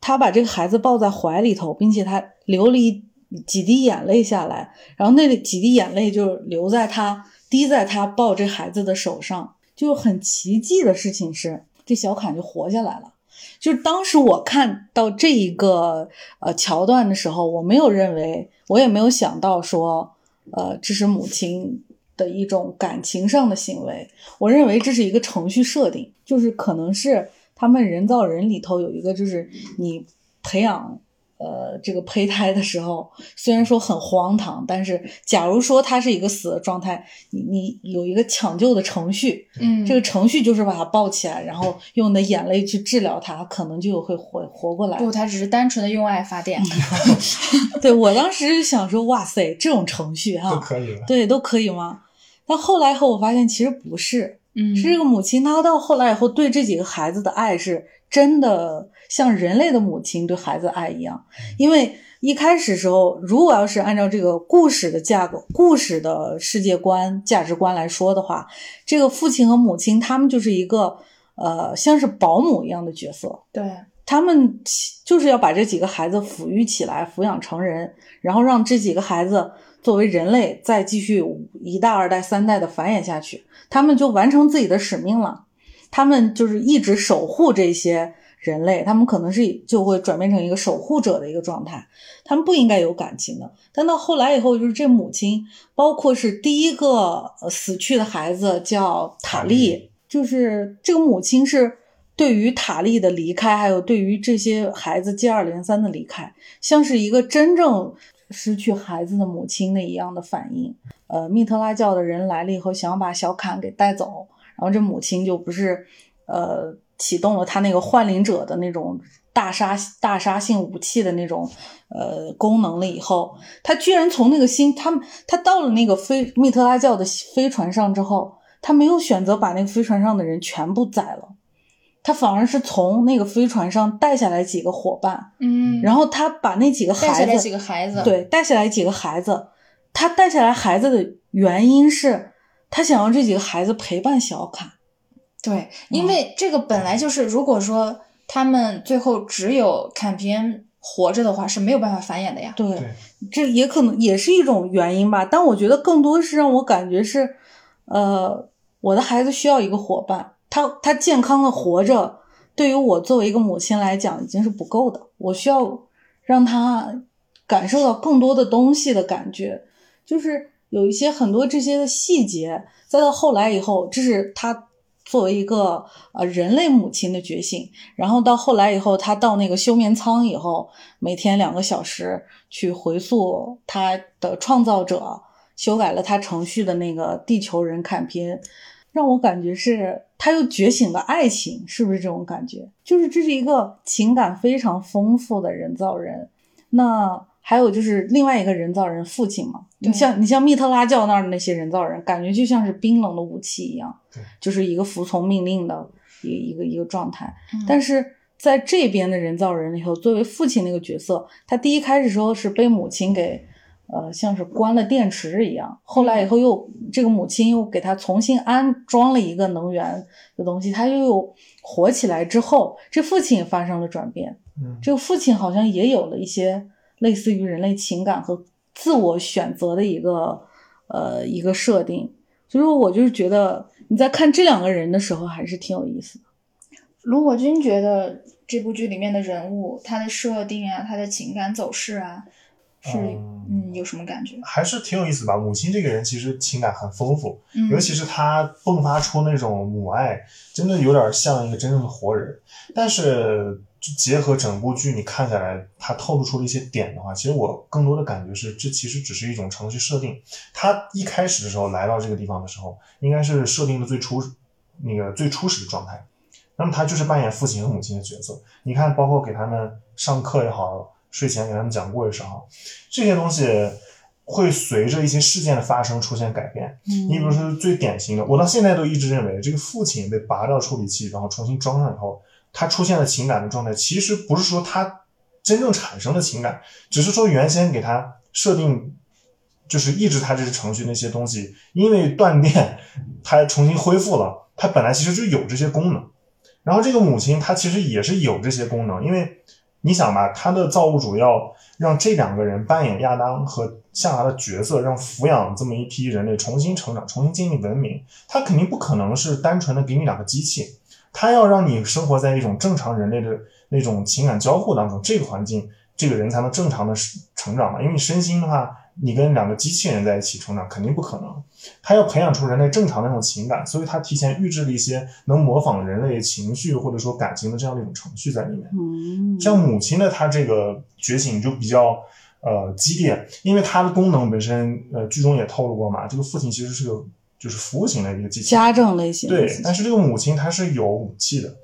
她把这个孩子抱在怀里头，并且她流了一几滴眼泪下来，然后那几滴眼泪就留在他滴在他抱这孩子的手上，就很奇迹的事情是，这小坎就活下来了。就是当时我看到这一个呃桥段的时候，我没有认为，我也没有想到说，呃，这是母亲的一种感情上的行为。我认为这是一个程序设定，就是可能是他们人造人里头有一个，就是你培养呃这个胚胎的时候，虽然说很荒唐，但是假如说它是一个死的状态，你你有一个抢救的程序，
嗯，
这个程序就是把它抱起来，然后用你的眼泪去治疗它，可能就有会活活过来。
不，他只是单纯的用爱发电。
嗯对我当时就想说，哇塞，这种程序哈、
都可以了。
对，都可以吗？但后来以后我发现其实不是，
嗯，
是这个母亲她到后来以后对这几个孩子的爱是真的像人类的母亲对孩子的爱一样，因为一开始时候，如果要是按照这个故事的架构、故事的世界观、价值观来说的话，这个父亲和母亲他们就是一个呃像是保姆一样的角色，
对，
他们其就是要把这几个孩子抚育起来，抚养成人，然后让这几个孩子作为人类再继续一代、二代、三代的繁衍下去，他们就完成自己的使命了。他们就是一直守护这些人类，他们可能是就会转变成一个守护者的一个状态，他们不应该有感情的。但到后来以后，就是这母亲，包括是第一个呃死去的孩子叫塔
塔
利
利，
就是这个母亲是对于塔利的离开，还有对于这些孩子接二连三的离开，像是一个真正失去孩子的母亲的一样的反应。呃，密特拉教的人来了以后，想要把小坎给带走，然后这母亲就不是，呃，启动了他那个幻灵者的那种大杀大杀性武器的那种呃功能了以后，他居然从那个星，他们他到了那个飞密特拉教的飞船上之后，他没有选择把那个飞船上的人全部宰了，他反而是从那个飞船上带下来几个伙伴，
嗯，
然
后
后他把那几个孩
带
子
下来几个孩子，，
对，带下来几个孩子，他带下来孩子的原因是他想让这几个孩子陪伴小卡。
对，
哦
因为这个本来就是，如果说他们最后只有坎皮恩活着的话，是没有办法繁衍的呀。
对，
对
这也可能也是一种原因吧，但我觉得更多是让我感觉是，呃，我的孩子需要一个伙伴，他他健康的活着，对于我作为一个母亲来讲已经是不够的，我需要让他感受到更多的东西的感觉，就是有一些很多这些的细节，再到后来以后，这是他作为一个呃人类母亲的觉醒，然后到后来以后，他到那个休眠舱以后，每天两个小时去回溯他的创造者修改了他程序的那个地球人坎皮恩，让我感觉是他又觉醒了爱情，是不是这种感觉？就是这是一个情感非常丰富的人造人。那还有就是另外一个人造人父亲嘛，
对
你像你像密特拉教那儿的那些人造人，感觉就像是冰冷的武器一样
对，
就是一个服从命令的一一个一个状态。
嗯
但是在这边的人造人里头，作为父亲那个角色，他第一开始时候是被母亲给，呃，像是关了电池一样。后来以后又这个母亲又给他重新安装了一个能源的东西，他又有火起来之后，这父亲也发生了转变。
嗯，
这个父亲好像也有了一些类似于人类情感和自我选择的一个呃一个设定。所以说我就是觉得你在看这两个人的时候，还是挺有意思的。
卢火军觉得这部剧里面的人物，他的设定啊，他的情感走势啊，是
嗯
嗯有什么感觉？
还是挺有意思吧。母亲这个人其实情感很丰富，
嗯，
尤其是她迸发出那种母爱，真的有点像一个真正的活人。但是结合整部剧你看下来，它透露出了一些点的话，其实我更多的感觉是，这其实只是一种程序设定。他一开始的时候来到这个地方的时候，应该是设定的最初那个最初始的状态。那么他就是扮演父亲和母亲的角色。你看，包括给他们上课也好，睡前给他们讲故事也好，这些东西会随着一些事件的发生出现改变。
嗯
你比如说最典型的，我到现在都一直认为，这个父亲被拔掉处理器，然后重新装上以后，他出现了情感的状态，其实不是说他真正产生的情感，只是说原先给他设定，就是抑制他这个程序那些东西，因为断电，他重新恢复了，他本来其实就有这些功能。然后这个母亲她其实也是有这些功能，因为你想吧，她的造物主要让这两个人扮演亚当和夏娃的角色，让抚养这么一批人类重新成长、重新建立文明，他肯定不可能是单纯的给你两个机器，他要让你生活在一种正常人类的那种情感交互当中，这个环境这个人才能正常的成长嘛。因为你身心的话，你跟两个机器人在一起成长肯定不可能。他要培养出人类正常的那种情感，所以他提前预制了一些能模仿人类情绪或者说感情的这样的一种程序在里面。
嗯，
像母亲的它这个觉醒就比较呃激烈，因为它的功能本身，呃，剧中也透露过嘛，这个父亲其实是个就是服务型的一个机器，
家政类型的
对
自，己
但是这个母亲它是有武器的，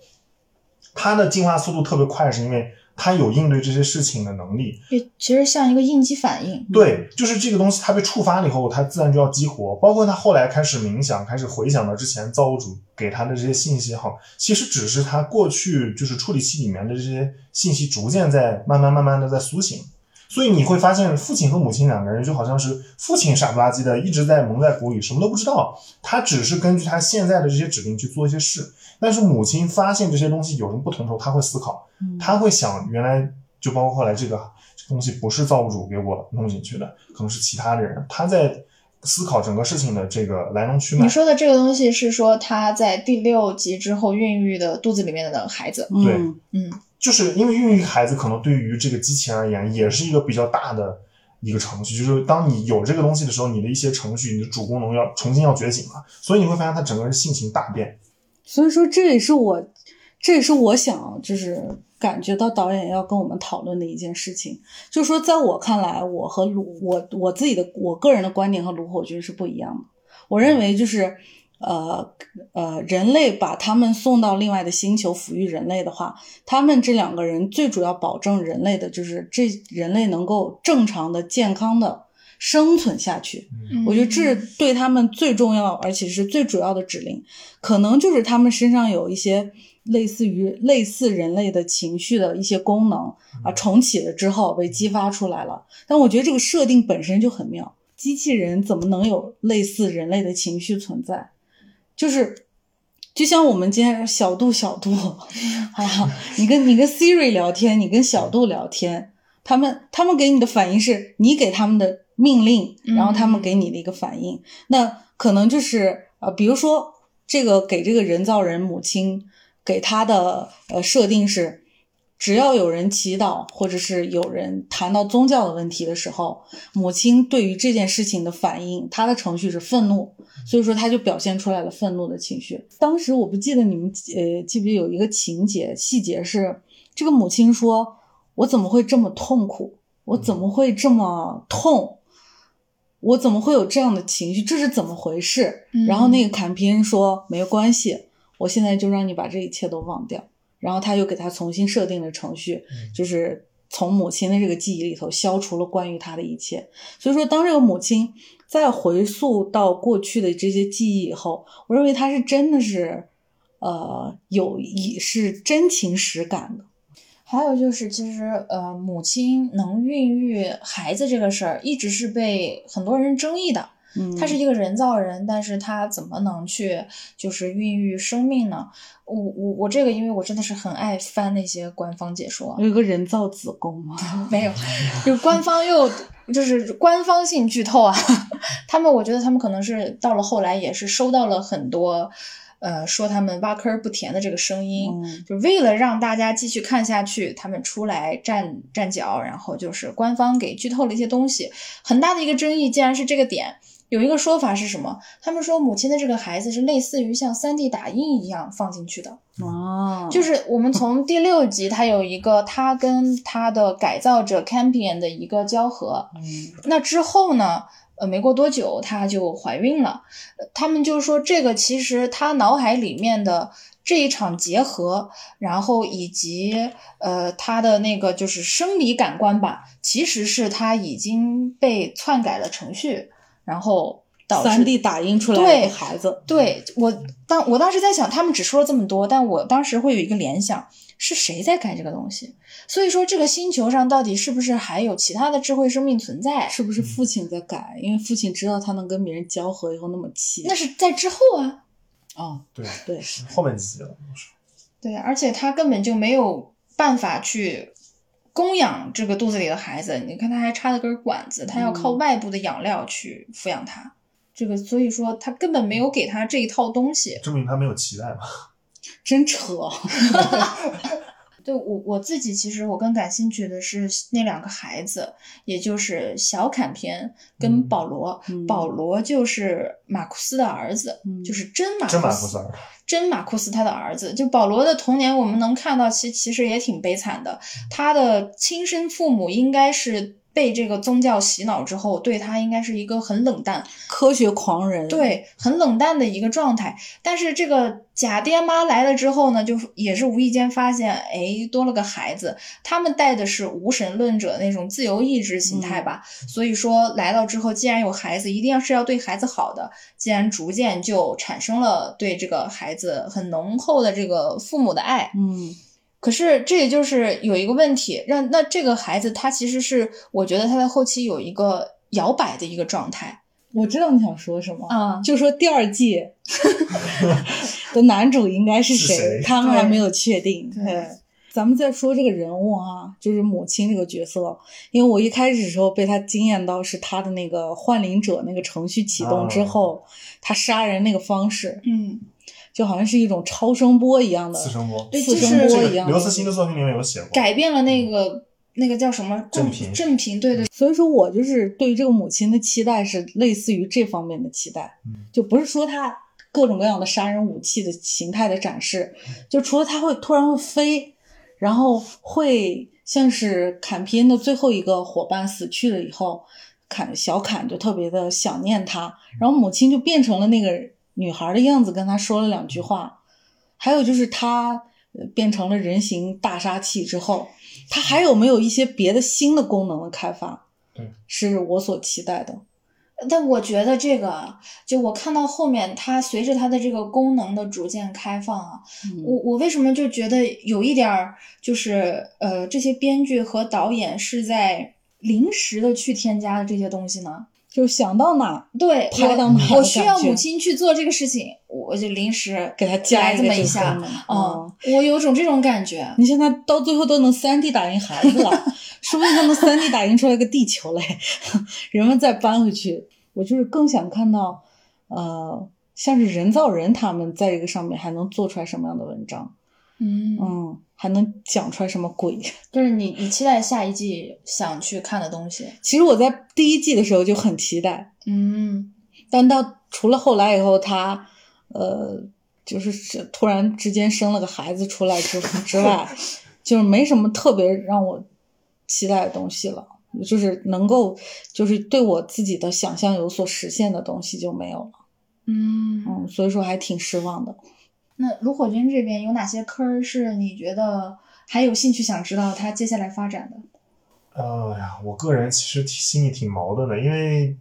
它的进化速度特别快，是因为它有应对这些事情的能力。
也其实像一个应激反应。
对，就是这个东西它被触发了以后，它自然就要激活。包括他后来开始冥想，开始回想到之前造物主给他的这些信息哈，其实只是他过去就是处理器里面的这些信息逐渐在慢慢慢慢的在苏醒。所以你会发现，父亲和母亲两个人就好像是父亲傻不拉几的，一直在蒙在鼓里，什么都不知道。他只是根据他现在的这些指令去做一些事，但是母亲发现这些东西有什么不同的时候，他会思考。他会想，原来就包括后来这个这个东西不是造物主给我弄进去的，可能是其他的人。他在思考整个事情的这个来龙去脉
你。说的这个东西是说他在第六集之后孕育的肚子里面的孩子，
对
嗯
就是因为孕育孩子，可能对于这个机器人而言，也是一个比较大的一个程序。就是当你有这个东西的时候，你的一些程序，你的主功能要重新要觉醒了，所以你会发现它整个人性情大变。
所以说这也是我，这也是我想就是感觉到导演要跟我们讨论的一件事情，就是说在我看来，我和卢我我自己的我个人的观点和卢火我觉得是不一样的。我认为就是。呃呃，人类把他们送到另外的星球抚育人类的话，他们这两个人最主要保证人类的就是这人类能够正常的、健康的生存下去。
嗯
我觉得这是对他们最重要，而且是最主要的指令。可能就是他们身上有一些类似于类似人类的情绪的一些功能啊，重启了之后被激发出来了。但我觉得这个设定本身就很妙，机器人怎么能有类似人类的情绪存在？就是。就像我们今天小度小度，哎呀，你跟你跟 Siri 聊天，你跟小度聊天，他们他们给你的反应是你给他们的命令，
嗯
然后他们给你的一个反应。那可能就是呃，比如说这个给这个人造人母亲给他的呃设定是，只要有人祈祷或者是有人谈到宗教的问题的时候，母亲对于这件事情的反应，她的程序是愤怒，所以说她就表现出来了愤怒的情绪。当时我不记得你们呃记不记得有一个情节细节是，这个母亲说：“我怎么会这么痛苦？我怎么会这么痛？我怎么会有这样的情绪？这是怎么回事？”
嗯
然后那个坎皮恩说：“没关系，我现在就让你把这一切都忘掉。”然后他又给他重新设定了程序，就是从母亲的这个记忆里头消除了关于他的一切。所以说，当这个母亲再回溯到过去的这些记忆以后，我认为她是真的是，呃，有一是真情实感的。
还有就是，其实呃，母亲能孕育孩子这个事儿，一直是被很多人争议的。
嗯，
他是一个人造人，但是他怎么能去就是孕育生命呢？我我我这个，因为我真的是很爱翻那些官方解说，
有一个人造子宫 [LAUGHS] 嘛，
没有，就官方又就是官方性剧透啊。 [LAUGHS] 他们我觉得他们可能是到了后来也是收到了很多，呃，说他们挖坑儿不填的这个声音，
嗯
就为了让大家继续看下去，他们出来站站脚，然后就是官方给剧透了一些东西。很大的一个争议竟然是这个点。有一个说法是什么？他们说母亲的这个孩子是类似于像 3D 打印一样放进去的，
哦，
就是是我们从第六集，它有一个他跟他的改造者 Campion 的一个交合。
嗯
那之后呢，呃，没过多久她就怀孕了。呃他们就说这个其实她脑海里面的这一场结合，然后以及呃她的那个就是生理感官吧，其实是她已经被篡改了程序，然后导致
三 D 打印出来
对
的孩子，
对我当我当时在想，他们只说了这么多，但我当时会有一个联想，是谁在改这个东西？所以说，这个星球上到底是不是还有其他的智慧生命存在？
是不是父亲在改？因为父亲知道他能跟别人交合以后那么气，
那是在之后啊，
哦，
对，
对，
后面几集了，
对，啊而且他根本就没有办法去供养这个肚子里的孩子。你看，他还插了根管子，他要靠
嗯
外部的养料去抚养他。这个，所以说他根本没有给他这一套东西。
证明他没有期待嘛。
真扯。
对我我自己，其实我更感兴趣的是那两个孩子，也就是小坎偏跟保罗。
嗯
保罗就是马库斯的儿子，
嗯
就是真马
[LAUGHS] 真马
库
库塞
[LAUGHS]
尔，
真马库斯他的儿子，就保罗的童年，我们能看到其，其实也挺悲惨的。他的亲生父母应该是被这个宗教洗脑之后，对他应该是一个很冷淡，
科学狂人，，
对，很冷淡的一个状态。但是这个假爹妈来了之后呢，就也是无意间发现，哎，多了个孩子。他们带的是无神论者那种自由意志心态吧。所以说来到之后，既然有孩子，一定要是要对孩子好的。既然逐渐就产生了对这个孩子很浓厚的这个父母的爱，
嗯
可是这也就是有一个问题，让那这个孩子他其实是，我觉得他在后期有一个摇摆的一个状态
我知道你想说什么，
啊
就说第二
[LAUGHS]
季的男主应该是谁，
是谁
他们
对
还没有确定。
对
咱们再说这个人物啊，就是母亲这个角色，因为我一开始的时候被他惊艳到，是他的那个幻灵者那个程序启
啊
动之后，他杀人那个方式，
嗯，
就好像是一种超声波一样的
次声波。
对，
次
就
声
是
波
这
一
个
样
刘慈欣的作品里面有写过，
改变了那个那个叫什么
正
共
品
正品，对对，
所以说我就是对于这个母亲的期待是类似于这方面的期待
嗯，
就不是说她各种各样的杀人武器的形态的展示，就除了她会突然会飞，然后会像是坎皮恩的最后一个伙伴死去了以后，坎小坎就特别的想念他，然后母亲就变成了那个女孩的样子，跟他说了两句话，还有就是他呃变成了人形大杀器之后。它还有没有一些别的新的功能的开发？
对，
是我所期待的。
但我觉得这个啊，就我看到后面，它随着它的这个功能的逐渐开放啊，
嗯
我我为什么就觉得有一点儿，就是呃，这些编剧和导演是在临时的去添加的这些东西呢？
就想到哪
对，
拍到
我
哪儿的感觉，
我需要母亲去做这个事情，我就临时
给他加
来
一
这
个
么
这
一
个
下
功，能
嗯，我有种这种感觉，
哦你像他到最后都能三 D 打印孩子了， [LAUGHS] 说不定他能三 D 打印出来个地球来， [LAUGHS] 人们再搬回去。我就是更想看到，呃，像是人造人他们在这个上面还能做出来什么样的文章，
嗯
嗯，还能讲出来什么鬼。 [LAUGHS]
就是你你期待下一季想去看的东西，
其实我在第一季的时候就很期待，
嗯。
但到除了后来以后，他呃，就是是突然之间生了个孩子出来之 [LAUGHS] 之外，就是没什么特别让我期待的东西了。就是能够，就是对我自己的想象有所实现的东西就没有了，
嗯
嗯，所以说还挺失望的。
那卢火军这边有哪些坑儿是你觉得还有兴趣想知道他接下来发展的？
哎呀，我个人其实挺心里挺矛盾的，因为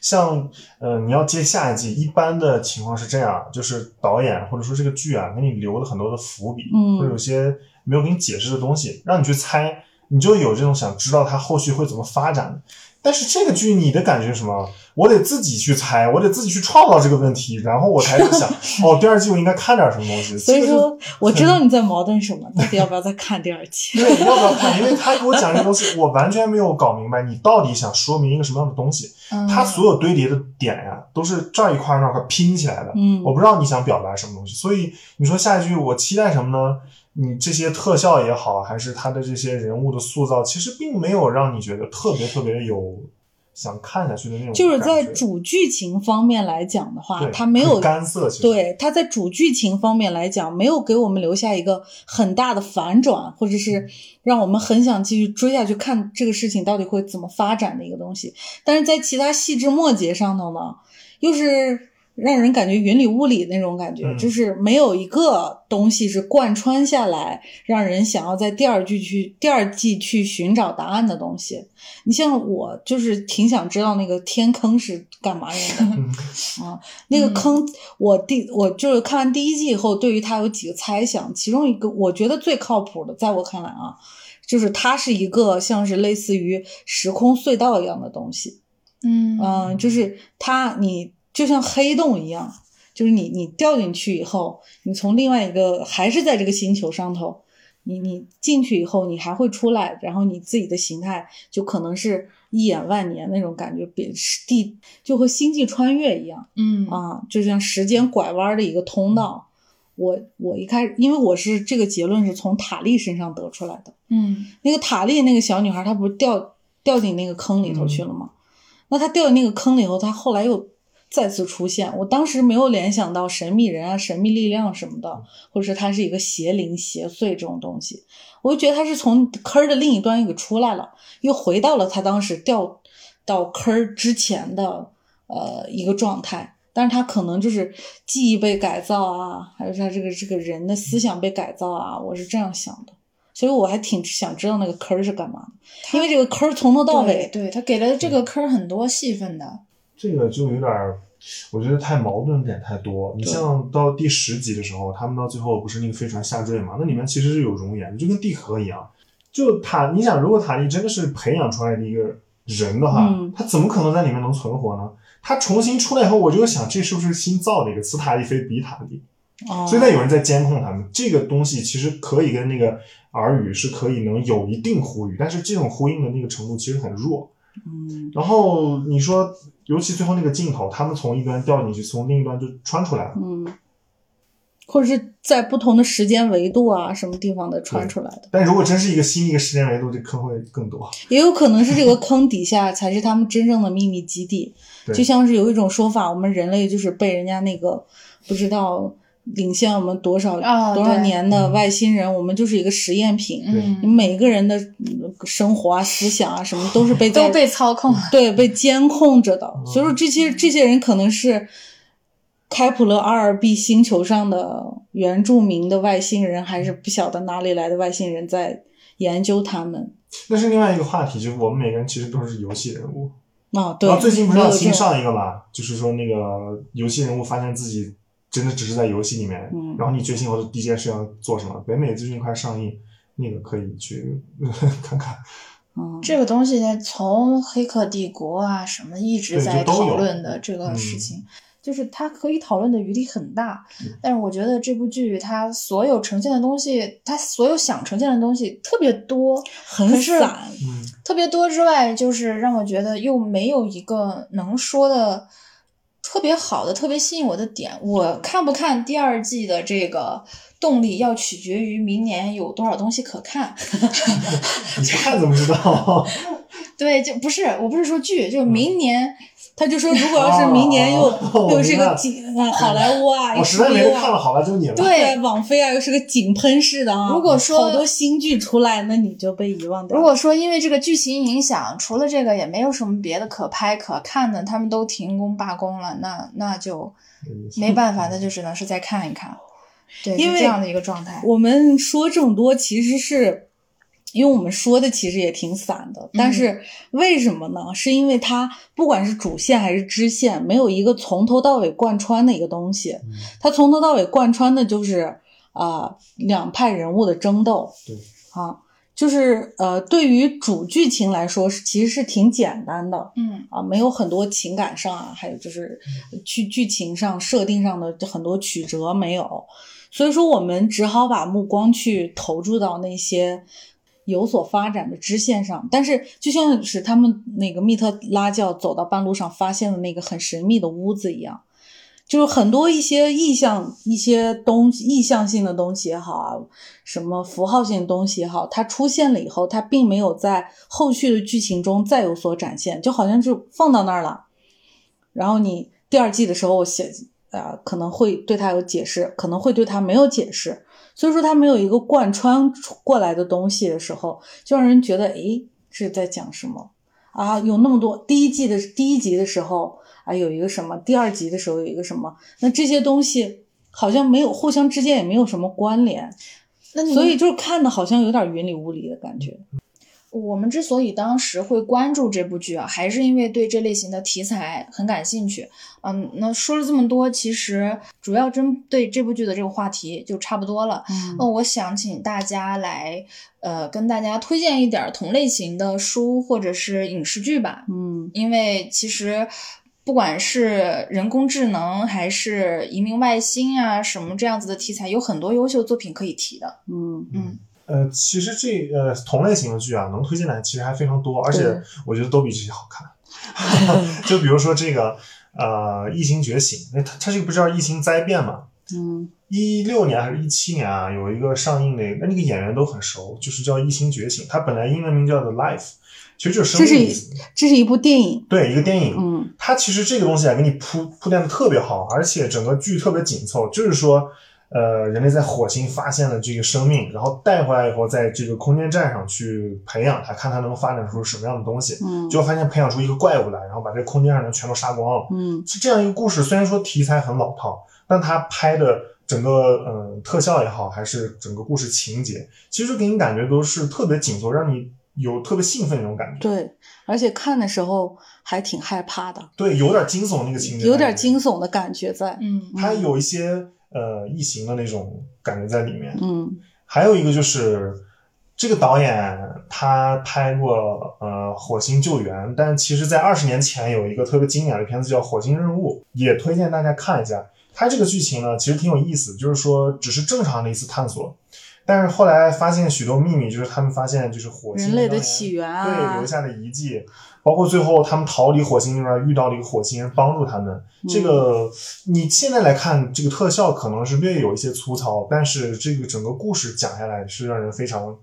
像呃，你要接下一季，一般的情况是这样，就是导演或者说这个剧啊，给你留了很多的伏笔，
嗯
或者有些没有给你解释的东西，让你去猜，你就有这种想知道它后续会怎么发展。但是这个剧你的感觉是什么？我得自己去猜，我得自己去创造这个问题，然后我才能
[LAUGHS]
想，哦，第二季我应该看点什么东西。
所以
这个就嗯
说，我知道你在矛盾什么，到底要不要再看第二季？
对，要不要 [LAUGHS] 看？因为他给我讲这个东西，我完全没有搞明白你到底想说明一个什么样的东西。
嗯，
他所有堆叠的点呀、都是这儿一块儿那儿一块儿拼起来的。
[LAUGHS] 嗯
我不知道你想表达什么东西，所以你说下一句我期待什么呢？你这些特效也好，还是他的这些人物的塑造，其实并没有让你觉得特别特别有想看下去的那种感觉。
就是在主剧情方面来讲的话，
对
它没有
很干涩，其实
对，他在主剧情方面来讲，没有给我们留下一个很大的反转，或者是让我们很想继续追下去看这个事情到底会怎么发展的一个东西。但是在其他细枝末节上头呢，又是让人感觉云里雾里那种感觉，
嗯
就是没有一个东西是贯穿下来，让人想要在第二季去第二季去寻找答案的东西。你像我，就是挺想知道那个天坑是干嘛用的。
嗯，
那个
嗯
坑，我第我就是看完第一季以后，对于它有几个猜想，其中一个我觉得最靠谱的，在我看来啊，就是它是一个像是类似于时空隧道一样的东西，
嗯
嗯、就是它你就像黑洞一样，就是你你掉进去以后，你从另外一个还是在这个星球上头，你你进去以后，你还会出来，然后你自己的形态就可能是一眼万年那种感觉，比地就和星际穿越一样。
嗯
啊，就像时间拐弯儿的一个通道，我我一开始，因为我是这个结论是从塔莉身上得出来的。
嗯
那个塔莉那个小女孩，她不是掉掉进那个坑里头去了吗？那她掉进那个坑里头，她后来又再次出现。我当时没有联想到神秘人啊、神秘力量什么的，或者是她是一个邪灵、邪祟这种东西。我就觉得她是从坑儿的另一端又给出来了，又回到了她当时掉到坑儿之前的呃一个状态。但是她可能就是记忆被改造啊，还有她这个这个人的思想被改造啊，我是这样想的。所以我还挺想知道那个坑儿是干嘛的，因为这个坑儿从头到
对
尾，
对他给了这个坑儿很多戏份的。
这个就有点儿，我觉得太矛盾点太多。你
对
像到第十集的时候，他们到最后不是那个飞船下坠嘛？那里面其实是有熔岩的，就跟地核一样。就塔，你想，如果塔利真的是培养出来的一个人的话，
嗯
他怎么可能在里面能存活呢？他重新出来以后，我就想，这是不是新造的一个此塔利非彼塔利？
哦
所以呢，有人在监控他们。这个东西其实可以跟那个耳语是可以能有一定呼应，但是这种呼应的那个程度其实很弱。
嗯，
然后你说，尤其最后那个镜头，他们从一端掉进去，从另一端就穿出来了。
嗯，或者是在不同的时间维度啊，什么地方的传出来的，
但如果真是一个新的一个时间维度，这坑会更多。
也有可能是这个坑底下才是他们真正的秘密基地。
对
就像是有一种说法，我们人类就是被人家那个不知道领先我们多少、
啊
多少
对
年的
嗯
外星人，我们就是一个实验品。
对
你
嗯，
每个人的嗯生活啊、思想啊什么都是被在
都被操控了。
对，被监控着的。
嗯
所以说，这些这些人可能是开普勒 2B 星球上的原住民的外星人，还是不晓得哪里来的外星人在研究他们。
那是另外一个话题，就是我们每个人其实都是游戏人物。
哦，对
然后，啊最近不是
没
要
有
新
这种
上一个嘛，就是说那个游戏人物发现自己真的只是在游戏里面，
嗯
然后你觉醒后的第一件事要做什么？北美最近快上映，那个可以去看看。
嗯
这个东西呢，从《黑客帝国》啊什么一直
对
在
就都有
讨论的这个事情，就是它可以讨论的余地很大。
嗯
但是我觉得这部剧它所有呈现的东西，它所有想呈现的东西特别多，
很
可是
散，
嗯，
特别多之外，就是让我觉得又没有一个能说的特别好的、特别吸引我的点。我看不看第二季的这个动力，要取决于明年有多少东西可看。
[LAUGHS]
[LAUGHS]
你不看怎么知
[LAUGHS]
道？
对，就不是，我不是说剧，就明年。
他就说，如果要是明年又、
哦哦哦
又是
我明白
个
了
井啊，好莱坞啊，
我哦实在没人
HBO
看了，
啊。
好吧，就你了。
对
对，网飞啊，又是个井喷式的啊。
如果说
好多新剧出来，那你就被遗忘掉了。
[LAUGHS] 如果说因为这个剧情影响，除了这个也没有什么别的可拍可看的，他们都停工罢工了，那那就
嗯
没办法，那就只能是再看一看。对，
因为
是这样的一个状态。
我们说这么多，其实是因为我们说的其实也挺散的，
嗯
但是为什么呢？是因为它不管是主线还是支线，没有一个从头到尾贯穿的一个东西。
嗯
它从头到尾贯穿的就是啊、两派人物的争斗。
对，
啊，就是呃，对于主剧情来说是其实是挺简单的。
嗯
啊，没有很多情感上啊，还有就是剧剧情上设定上的很多曲折没有，所以说我们只好把目光去投注到那些有所发展的支线上。但是就像是他们那个密特拉教走到半路上发现的那个很神秘的屋子一样，就是很多一些意向、一些东西、意向性的东西也好啊，什么符号性的东西也好，它出现了以后，它并没有在后续的剧情中再有所展现，就好像就放到那儿了。然后你第二季的时候写，呃，可能会对它有解释，可能会对它没有解释。所以说，它没有一个贯穿出过来的东西的时候，就让人觉得，诶，是在讲什么啊？有那么多第一季的第一集的时候啊，有一个什么，第二集的时候有一个什么，那这些东西好像没有互相之间也没有什么关联。
那你们
所以就是看的好像有点云里雾里的感觉。
我们之所以当时会关注这部剧啊，还是因为对这类型的题材很感兴趣。嗯，那说了这么多，其实主要针对这部剧的这个话题就差不多了。那、
嗯
我想请大家来，呃，跟大家推荐一点儿同类型的书或者是影视剧吧，
嗯
因为其实不管是人工智能还是移民外星啊什么这样子的题材，有很多优秀作品可以提的。
嗯
嗯
呃，其实这呃同类型的剧啊，能推荐的其实还非常多，而且
对
我觉得都比这些好
[LAUGHS]
看。就比如说这个呃《异星觉醒》，那它它这个不是叫《异星灾变》嘛？
嗯
一六年还是一七年啊，有一个上映的，那那个演员都很熟，就是叫《异星觉醒》，它本来英文名叫《The Life》，其实就是生
这是
命的
一
意思。
这是一部电影，
对，一个电影，
嗯，
它其实这个东西啊，给你铺铺垫的特别好，而且整个剧特别紧凑，就是说，呃，人类在火星发现了这个生命，然后带回来以后，在这个空间站上去培养它，看它能发展出什么样的东西，
嗯
结果发现培养出一个怪物来，然后把这个空间上的人全都杀光了。
嗯
是这样一个故事，虽然说题材很老套，但它拍的整个呃特效也好，还是整个故事情节，其实给你感觉都是特别紧凑，让你有特别兴奋那种感觉。
对，而且看的时候还挺害怕的，
对，有点惊悚那个情节在里面，
有点惊悚的感觉在，
嗯
它有一些呃异形的那种感觉在里面。
嗯
还有一个就是这个导演他拍过呃《火星救援》，但其实在二十年前有一个特别经典的片子叫《火星任务》，也推荐大家看一下。它这个剧情呢，其实挺有意思，就是说只是正常的一次探索，但是后来发现许多秘密，就是他们发现就是火星
人类的
当年
起源啊
对留下的遗迹，包括最后他们逃离火星那边遇到了一个火星人帮助他们。这
嗯
个你现在来看，这个特效可能是略有一些粗糙，但是这个整个故事讲下来是让人非常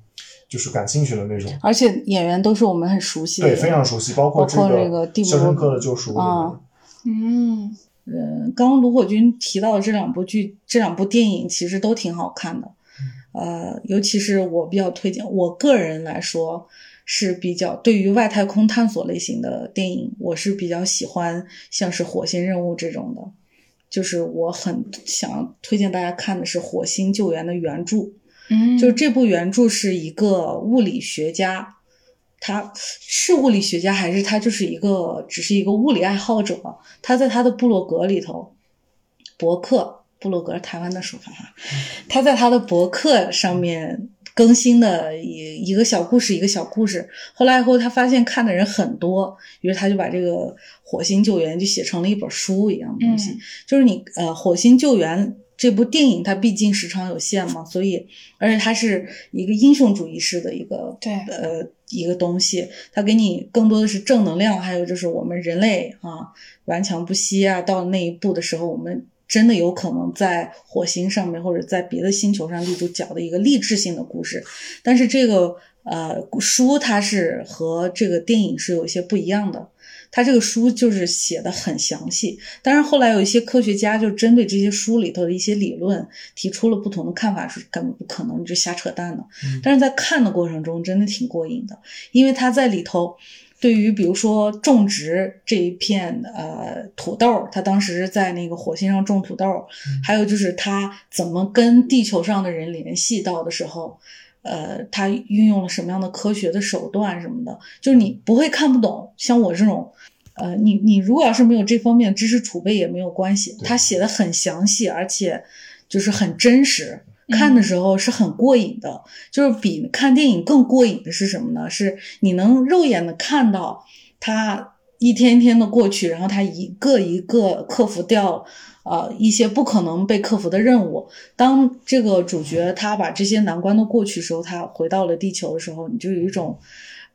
就是感兴趣的那种。
而且演员都是我们很熟悉的
对，
人，
非常熟悉，包括
包括
这
那个蒂
《
姆
肖申
罗
克的救赎》里
啊
面
嗯
呃，刚刚卢火军提到的这两部剧、这两部电影其实都挺好看的，呃，尤其是我比较推荐，我个人来说是比较对于外太空探索类型的电影，我是比较喜欢像是《火星任务》这种的，就是我很想推荐大家看的是《火星救援》的原著，
嗯，
就这部原著是一个物理学家，他是物理学家还是他就是一个只是一个物理爱好者？他在他的部落格里头，博客部落格是台湾的说法哈，
嗯
他在他的博客上面更新的一一个小故事一个小故事。后来以后他发现看的人很多，于是他就把这个《火星救援》就写成了一本书一样的东西。
嗯
就是你呃，《火星救援》这部电影，它毕竟时长有限嘛，所以而且它是一个英雄主义式的一个
对
呃一个东西，它给你更多的是正能量，还有就是我们人类啊顽强不息啊，到那一步的时候，我们。真的有可能在火星上面，或者在别的星球上立住脚的一个励志性的故事，但是这个呃书它是和这个电影是有一些不一样的，它这个书就是写的很详细，当然，后来有一些科学家就针对这些书里头的一些理论提出了不同的看法，是根本不可能，你这瞎扯淡呢。
嗯
但是在看的过程中，真的挺过瘾的，因为他在里头。对于比如说种植这一片呃土豆，他当时在那个火星上种土豆，还有就是他怎么跟地球上的人联系到的时候，呃，他运用了什么样的科学的手段什么的，就是你不会看不懂。像我这种，呃，你你如果要是没有这方面的知识储备也没有关系，
对
他写的很详细，而且就是很真实。看的时候是很过瘾的，就是比看电影更过瘾的是什么呢？是你能肉眼的看到他一天一天的过去，然后他一个一个克服掉呃一些不可能被克服的任务。当这个主角他把这些难关都过去的时候，他回到了地球的时候，你就有一种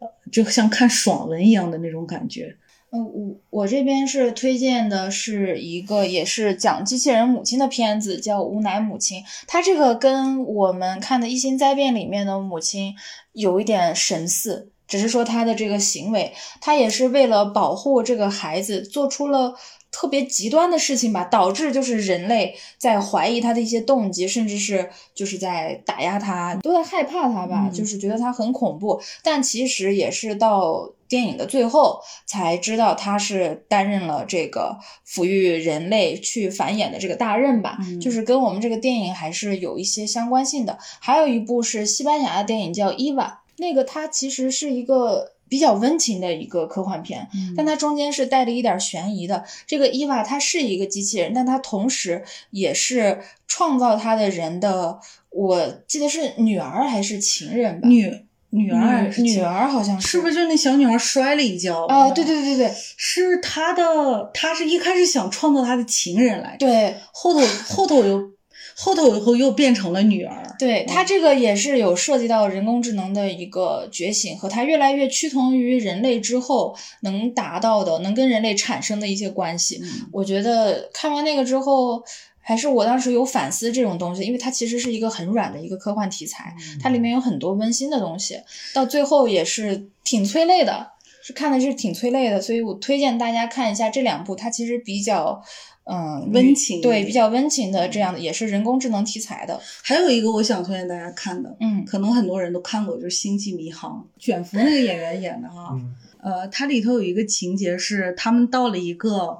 呃就像看爽文一样的那种感觉。
嗯，我我这边是推荐的是一个也是讲机器人母亲的片子，叫《吾乃母亲》。它这个跟我们看的《一心灾变》里面的母亲有一点神似，只是说她的这个行为，她也是为了保护这个孩子做出了。特别极端的事情吧，导致就是人类在怀疑他的一些动机，甚至是就是在打压他，都在害怕他吧，
嗯
就是觉得他很恐怖。但其实也是到电影的最后才知道他是担任了这个抚育人类去繁衍的这个大任吧，
嗯
就是跟我们这个电影还是有一些相关性的。还有一部是西班牙的电影叫《伊娃》，那个它其实是一个比较温情的一个科幻片，
嗯
但它中间是带了一点悬疑的。这个伊娃她是一个机器人，但她同时也是创造她的人的，我记得是女儿还是情人吧？
女女儿还是
嗯女儿好像
是不是就那小女孩摔了一跤？
啊？对对对对
是他的，他是一开始想创造他的情人来着，
对
后头后头又后头以后又变成了女儿，
对，它这个也是有涉及到人工智能的一个觉醒和它越来越趋同于人类之后能
嗯
达到的、能跟人类产生的一些关系。我觉得看完那个之后，还是我当时有反思这种东西，因为它其实是一个很软的一个科幻题材，它里面有很多温馨的东西，到最后也是挺催泪的，是看的是挺催泪的，所以我推荐大家看一下这两部，它其实比较。嗯，
温情
对比较温情的这样的，也是人工智能题材的。
还有一个我想推荐大家看的，
嗯
可能很多人都看过，就是《星际迷航》，卷福那个演员演的哈。
嗯
呃，它里头有一个情节是，他们到了一个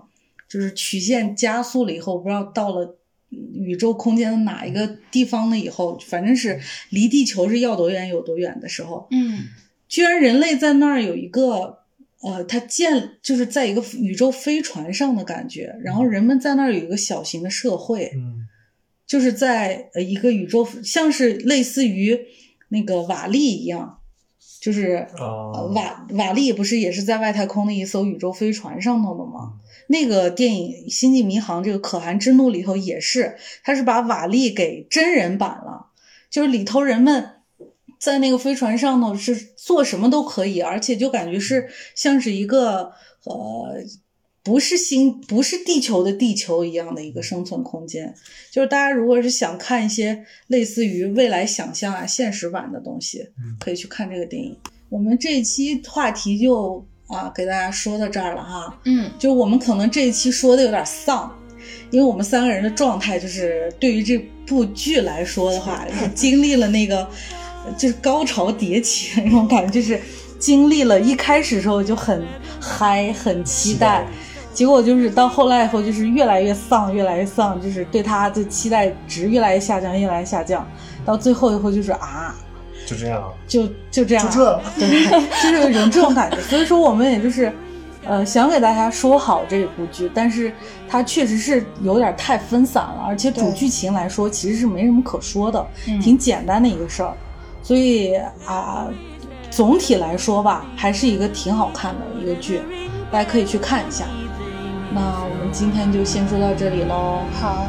就是曲线加速了以后，不知道到了宇宙空间的哪一个地方了以后，反正是离地球是要多远有多远的时候，
嗯
居然人类在那儿有一个。呃，它建就是在一个宇宙飞船上的感觉，然后人们在那儿有一个小型的社会，
嗯
就是在呃一个宇宙，像是类似于那个瓦力一样，就是
啊
呃瓦瓦力不是也是在外太空的一艘宇宙飞船上头的吗？那个电影《星际迷航》这个《可汗之怒》里头也是，他是把瓦力给真人版了，就是里头人们。在那个飞船上头是做什么都可以，而且就感觉是像是一个呃，不是星不是地球的地球一样的一个生存空间。就是大家如果是想看一些类似于未来想象啊、现实版的东西
嗯，
可以去看这个电影。我们这一期话题就啊给大家说到这儿了哈，
嗯，
就我们可能这一期说的有点丧。因为我们三个人的状态就是，对于这部剧来说的话，是经历了那个就是高潮迭起的那种感觉，就是经历了一开始的时候就很嗨、很期待，结果就是到后来以后，就是越来越丧，越来越丧，就是对他的期待值越来越下降，越来越下降，到最后以后就是啊，
就这样啊，
就就这样
就
了，
这，
对，就是有一种这种感觉。所以说，我们也就是，呃，想给大家说好这部剧，但是它确实是有点太分散了，而且主
对
剧情来说其实是没什么可说的，
嗯
挺简单的一个事儿。所以啊、总体来说吧，还是一个挺好看的一个剧，大家可以去看一下。那我们今天就先说到这里喽，
好，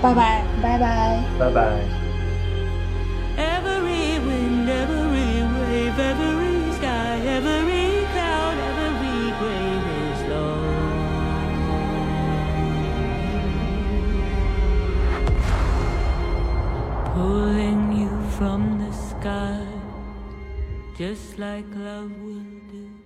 拜拜。
拜拜。
[LAUGHS] 拜拜。
Every wind, every wave, every sky, every cloud, every grave is low. Pulling you from the sky, just like love will do.